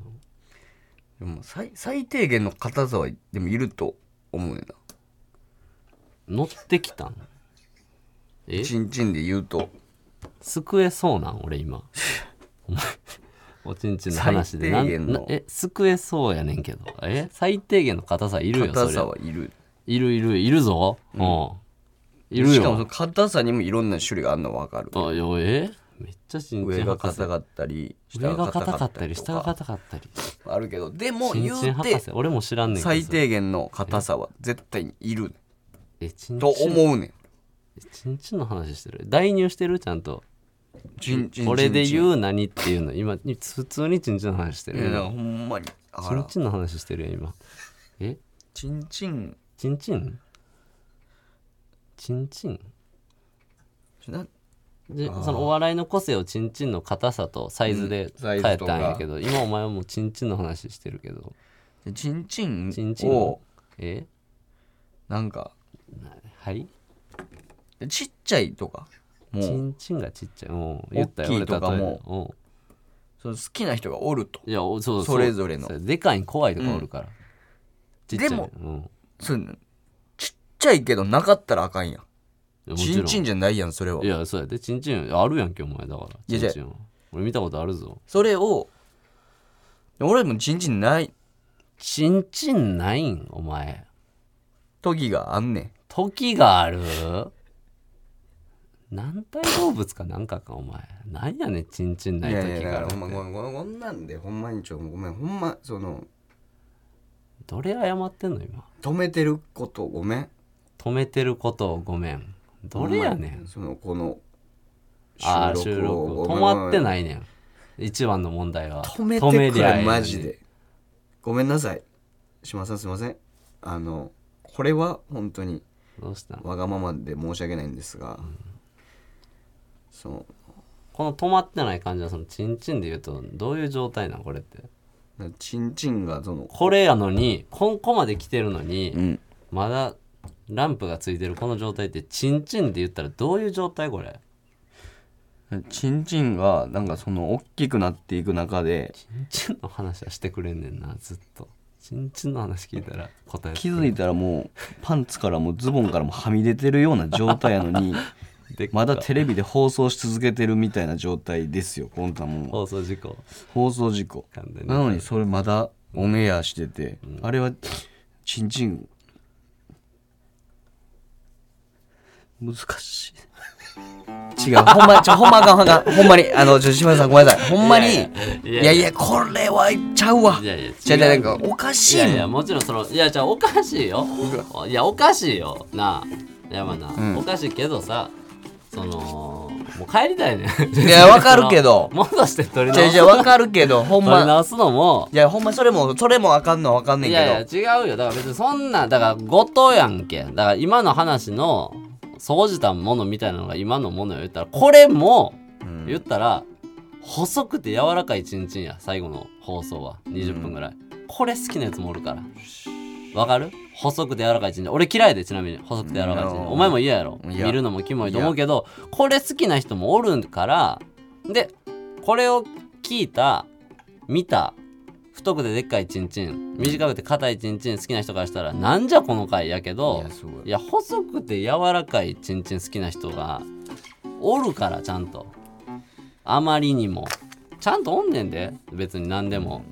[SPEAKER 2] でも最最低限の硬さはでもいると思うねんな
[SPEAKER 1] 乗ってきたんえ
[SPEAKER 2] ちんちんで言うと
[SPEAKER 1] 救えそうなん俺今お前おちんちんの話で
[SPEAKER 2] 最低限の
[SPEAKER 1] なんなえ救えそうやねんけどえ最低限の硬さいるよそ
[SPEAKER 2] 硬
[SPEAKER 1] れ
[SPEAKER 2] さはいる
[SPEAKER 1] いるいるいるぞうんいるよ
[SPEAKER 2] しかもその硬さにもいろんな種類があるの分かる
[SPEAKER 1] あよえめっちゃちんち
[SPEAKER 2] 上
[SPEAKER 1] ん
[SPEAKER 2] が
[SPEAKER 1] 博士
[SPEAKER 2] 硬かったり
[SPEAKER 1] 上
[SPEAKER 2] 下
[SPEAKER 1] が
[SPEAKER 2] が
[SPEAKER 1] 硬
[SPEAKER 2] 硬
[SPEAKER 1] か
[SPEAKER 2] か
[SPEAKER 1] っ
[SPEAKER 2] ったた
[SPEAKER 1] り
[SPEAKER 2] り
[SPEAKER 1] 下
[SPEAKER 2] 下
[SPEAKER 1] が
[SPEAKER 2] が
[SPEAKER 1] 硬かったり
[SPEAKER 2] あるけどでも
[SPEAKER 1] ち
[SPEAKER 2] 言
[SPEAKER 1] んちん
[SPEAKER 2] う
[SPEAKER 1] 博
[SPEAKER 2] て
[SPEAKER 1] 士俺も知らんねんけど
[SPEAKER 2] 最低限の硬さは絶対にいる
[SPEAKER 1] えちんち
[SPEAKER 2] と
[SPEAKER 1] ん
[SPEAKER 2] 思うねん
[SPEAKER 1] ちんちんの話してる代入してるちゃんと
[SPEAKER 2] ちんちん
[SPEAKER 1] 俺で
[SPEAKER 2] う
[SPEAKER 1] 言う何っていうの今普通にちんちんの話して
[SPEAKER 2] いや
[SPEAKER 1] る
[SPEAKER 2] だ
[SPEAKER 1] よ
[SPEAKER 2] からほんまにだ
[SPEAKER 1] ち
[SPEAKER 2] か
[SPEAKER 1] ん
[SPEAKER 2] ら
[SPEAKER 1] ちんの話してるよ今え
[SPEAKER 2] ちんちん
[SPEAKER 1] ちんちんちんちん
[SPEAKER 2] な
[SPEAKER 1] でそのお笑いの個性をちんちんの硬さとサイズで
[SPEAKER 2] サ
[SPEAKER 1] 変
[SPEAKER 2] イ
[SPEAKER 1] え
[SPEAKER 2] ズ
[SPEAKER 1] た
[SPEAKER 2] とか
[SPEAKER 1] んやけど、今お前はもうちんちんの話してるけど
[SPEAKER 2] ちんちん
[SPEAKER 1] ちんちん
[SPEAKER 2] を
[SPEAKER 1] え
[SPEAKER 2] なんか
[SPEAKER 1] はい
[SPEAKER 2] ちっちゃいとかも
[SPEAKER 1] チ
[SPEAKER 2] う
[SPEAKER 1] ンチンがちっちゃい。うん、言ったよ。
[SPEAKER 2] 大きいとかも
[SPEAKER 1] 俺例えばうん
[SPEAKER 2] その好きな人がおると
[SPEAKER 1] いや、おそう
[SPEAKER 2] それぞれの
[SPEAKER 1] うでかい怖いとかおるから。ちっちゃい。
[SPEAKER 2] でも
[SPEAKER 1] うん
[SPEAKER 2] そうちっちゃいけどなかったらあかんやん
[SPEAKER 1] いやもち
[SPEAKER 2] ち
[SPEAKER 1] ろ
[SPEAKER 2] ん
[SPEAKER 1] ん
[SPEAKER 2] ちんじゃないやんそれはい
[SPEAKER 1] や、そうやで。チンチンあるやんけ、お前だから。
[SPEAKER 2] い
[SPEAKER 1] チ
[SPEAKER 2] やじ
[SPEAKER 1] ン
[SPEAKER 2] ゃあ
[SPEAKER 1] チンは。俺見たことあるぞ。
[SPEAKER 2] それを俺もちんちんない
[SPEAKER 1] チンチンないん、お前。
[SPEAKER 2] 時があんねん
[SPEAKER 1] 時がある軟体動物かなんかか、お前。なんやねん、チンチンないい
[SPEAKER 2] やい
[SPEAKER 1] 時
[SPEAKER 2] や
[SPEAKER 1] が
[SPEAKER 2] だ
[SPEAKER 1] あ
[SPEAKER 2] か
[SPEAKER 1] る
[SPEAKER 2] ら
[SPEAKER 1] っ
[SPEAKER 2] ほん
[SPEAKER 1] て
[SPEAKER 2] まごめんごめんこんなんでほんまにちょごめんほんまその
[SPEAKER 1] どれ謝ってんの、今。
[SPEAKER 2] 止めてることごめん
[SPEAKER 1] 止めてることをごめん。どれやねん。
[SPEAKER 2] そのこの
[SPEAKER 1] ああ、収録。止まってないねん。一番の問題は。
[SPEAKER 2] 止めてく
[SPEAKER 1] りゃええの
[SPEAKER 2] れ
[SPEAKER 1] に
[SPEAKER 2] マジ。でごめんなさい島さんすいませんあのこれは本当に
[SPEAKER 1] どうしたん
[SPEAKER 2] わがままで申し訳ないんですが、その
[SPEAKER 1] この止まってない感じは、そのチンチンで言うと、どういう状態なんこれって。
[SPEAKER 2] なチンチンがその
[SPEAKER 1] これやのに、こんこまで来てるのに、
[SPEAKER 2] うん
[SPEAKER 1] まだランプがついてるこの状態って、チンチンで言ったらどういう状態これ。
[SPEAKER 2] チンチンがなんかその大きくなっていく中で
[SPEAKER 1] チンチンの話はしてくれんねんな、ずっと。チンチンの話聞いたら答えて
[SPEAKER 2] 気づいたらもうパンツからもズボンからもはみ出てるような状態やのに
[SPEAKER 1] でっか
[SPEAKER 2] まだテレビで放送し続けてるみたいな状態ですよ今度はもう
[SPEAKER 1] 放送事故。
[SPEAKER 2] 放送事故
[SPEAKER 1] 完全に
[SPEAKER 2] なのにそれまだオンエアしてて、あれはチンチン難 しい違うほんまちょほんまあかんほんまあかんほんまにあのちょ島田さんごめんなさいほんまに
[SPEAKER 1] い
[SPEAKER 2] い
[SPEAKER 1] やいや
[SPEAKER 2] やいやこれはちゃうわ
[SPEAKER 1] いやいや
[SPEAKER 2] じゃあじゃあ
[SPEAKER 1] 違
[SPEAKER 2] な
[SPEAKER 1] うん
[SPEAKER 2] かおかし
[SPEAKER 1] い
[SPEAKER 2] いも
[SPEAKER 1] や
[SPEAKER 2] ん
[SPEAKER 1] いやもちろんそのいやじゃあおかしいよいやおかしいよなあ山名、
[SPEAKER 2] ん
[SPEAKER 1] おかしいけどさそのもう帰りたいねん
[SPEAKER 2] いやわかるけど
[SPEAKER 1] その 戻して取り
[SPEAKER 2] じゃ
[SPEAKER 1] 直
[SPEAKER 2] あ
[SPEAKER 1] す
[SPEAKER 2] じゃあわかるけどほん
[SPEAKER 1] 取 り
[SPEAKER 2] ま
[SPEAKER 1] 直すのも
[SPEAKER 2] いやほんまそれもそれもあかんのわかんねん
[SPEAKER 1] い
[SPEAKER 2] けど
[SPEAKER 1] やいや違うよだから別にそんなだから後藤やんけだから今の話の総じたものみたいなのが今のものよ言ったらこれも
[SPEAKER 2] うん
[SPEAKER 1] 言ったら細くて柔らかいチンチンや最後の放送は20分ぐらい、これ好きなやつもおるからわかる細くて柔らかいチンチン俺嫌いでちなみに細くて柔らかいチンチン
[SPEAKER 2] うん
[SPEAKER 1] お前も嫌やろ
[SPEAKER 2] いや
[SPEAKER 1] 見るのもキモいと思うけどこれ好きな人もおるからでこれを聞いた見た太くてでっかいチンチン短くて硬いチンチン好きな人からしたらなんじゃこの回やけど
[SPEAKER 2] いやすごい
[SPEAKER 1] いや細くて柔らかいチンチン好きな人がおるからちゃんとあまりにもちゃんとおんねんで別に何でも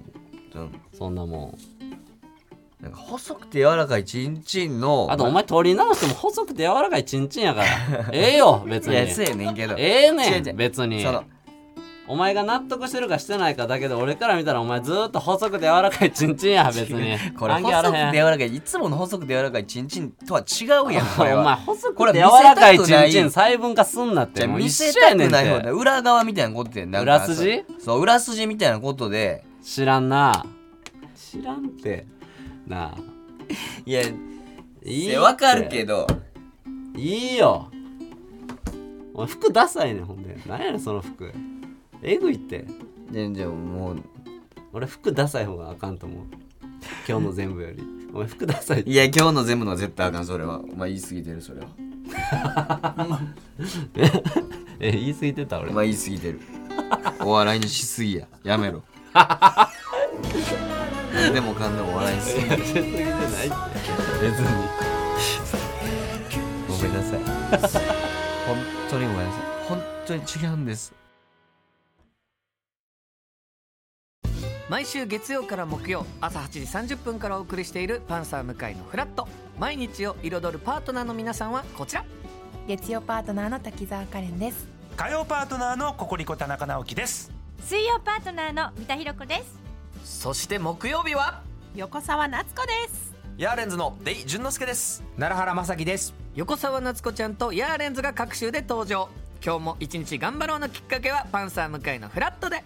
[SPEAKER 1] そんなもん
[SPEAKER 2] なんか細くて柔らかいチンチンの
[SPEAKER 1] あとお前取り直しても細くて柔らかいチンチンやからええよ別
[SPEAKER 2] い
[SPEAKER 1] に
[SPEAKER 2] やそうやねんけど
[SPEAKER 1] ええね
[SPEAKER 2] 違う違うん
[SPEAKER 1] 別に
[SPEAKER 2] その
[SPEAKER 1] お前が納得してるかしてないかだけど俺から見たらお前ずーっと細くて柔らかいチンチンや別に
[SPEAKER 2] これ
[SPEAKER 1] 関
[SPEAKER 2] 細
[SPEAKER 1] 係あ
[SPEAKER 2] く
[SPEAKER 1] ら
[SPEAKER 2] て
[SPEAKER 1] へん
[SPEAKER 2] 柔らかいいつもの細くて柔らかいチンチンとは違うやん
[SPEAKER 1] お
[SPEAKER 2] こ
[SPEAKER 1] 前
[SPEAKER 2] れは
[SPEAKER 1] 細
[SPEAKER 2] こ
[SPEAKER 1] く
[SPEAKER 2] れ
[SPEAKER 1] て柔
[SPEAKER 2] 見せ
[SPEAKER 1] ら
[SPEAKER 2] たく
[SPEAKER 1] か
[SPEAKER 2] ない
[SPEAKER 1] いチンチン細分化すんなっ
[SPEAKER 2] じ
[SPEAKER 1] て
[SPEAKER 2] ゃあ
[SPEAKER 1] もう
[SPEAKER 2] 見せ
[SPEAKER 1] 一緒や
[SPEAKER 2] た
[SPEAKER 1] ね
[SPEAKER 2] く
[SPEAKER 1] ん
[SPEAKER 2] ない方
[SPEAKER 1] っ
[SPEAKER 2] だ
[SPEAKER 1] て
[SPEAKER 2] 裏側みたいなことでなんか
[SPEAKER 1] 裏筋
[SPEAKER 2] そうそう裏筋みたいなことで
[SPEAKER 1] 知らんな知らんってなあ
[SPEAKER 2] いや
[SPEAKER 1] い
[SPEAKER 2] い
[SPEAKER 1] って
[SPEAKER 2] やわかるけど
[SPEAKER 1] いいよお前服ダサいねんほんで何やねんその服えぐいって
[SPEAKER 2] 全然もう
[SPEAKER 1] 俺服ダサい方があかんと思う今日の全部よりお前服ダサいって
[SPEAKER 2] いや今日の全部のは絶対あかんそれはお前言い過ぎてるそれは
[SPEAKER 1] え言い過ぎてた俺
[SPEAKER 2] お前言い過ぎ てるお笑いにしすぎややめろ何でもかんでもお笑いにしすぎ
[SPEAKER 1] 言い過ぎてないって別に
[SPEAKER 2] ごめんなさい。本当にごめんなさい。本当に違うんです。
[SPEAKER 4] 毎週月曜から木曜朝8時30分からお送りしている「パンサー向井のフラット」毎日を彩るパートナーの皆さんはこちら
[SPEAKER 5] 月曜パートナーの滝沢カレンです
[SPEAKER 6] 火曜パートナーのココリコ田中直樹です
[SPEAKER 7] 水曜パートナーの三田寛子です
[SPEAKER 4] そして木曜日は
[SPEAKER 5] 横澤夏子です
[SPEAKER 8] ヤーレンズのデイ淳之介です
[SPEAKER 6] 奈良原まさきです
[SPEAKER 4] 横澤夏子ちゃんとヤーレンズが各週で登場今日も一日頑張ろうのきっかけは「パンサー向井のフラットで」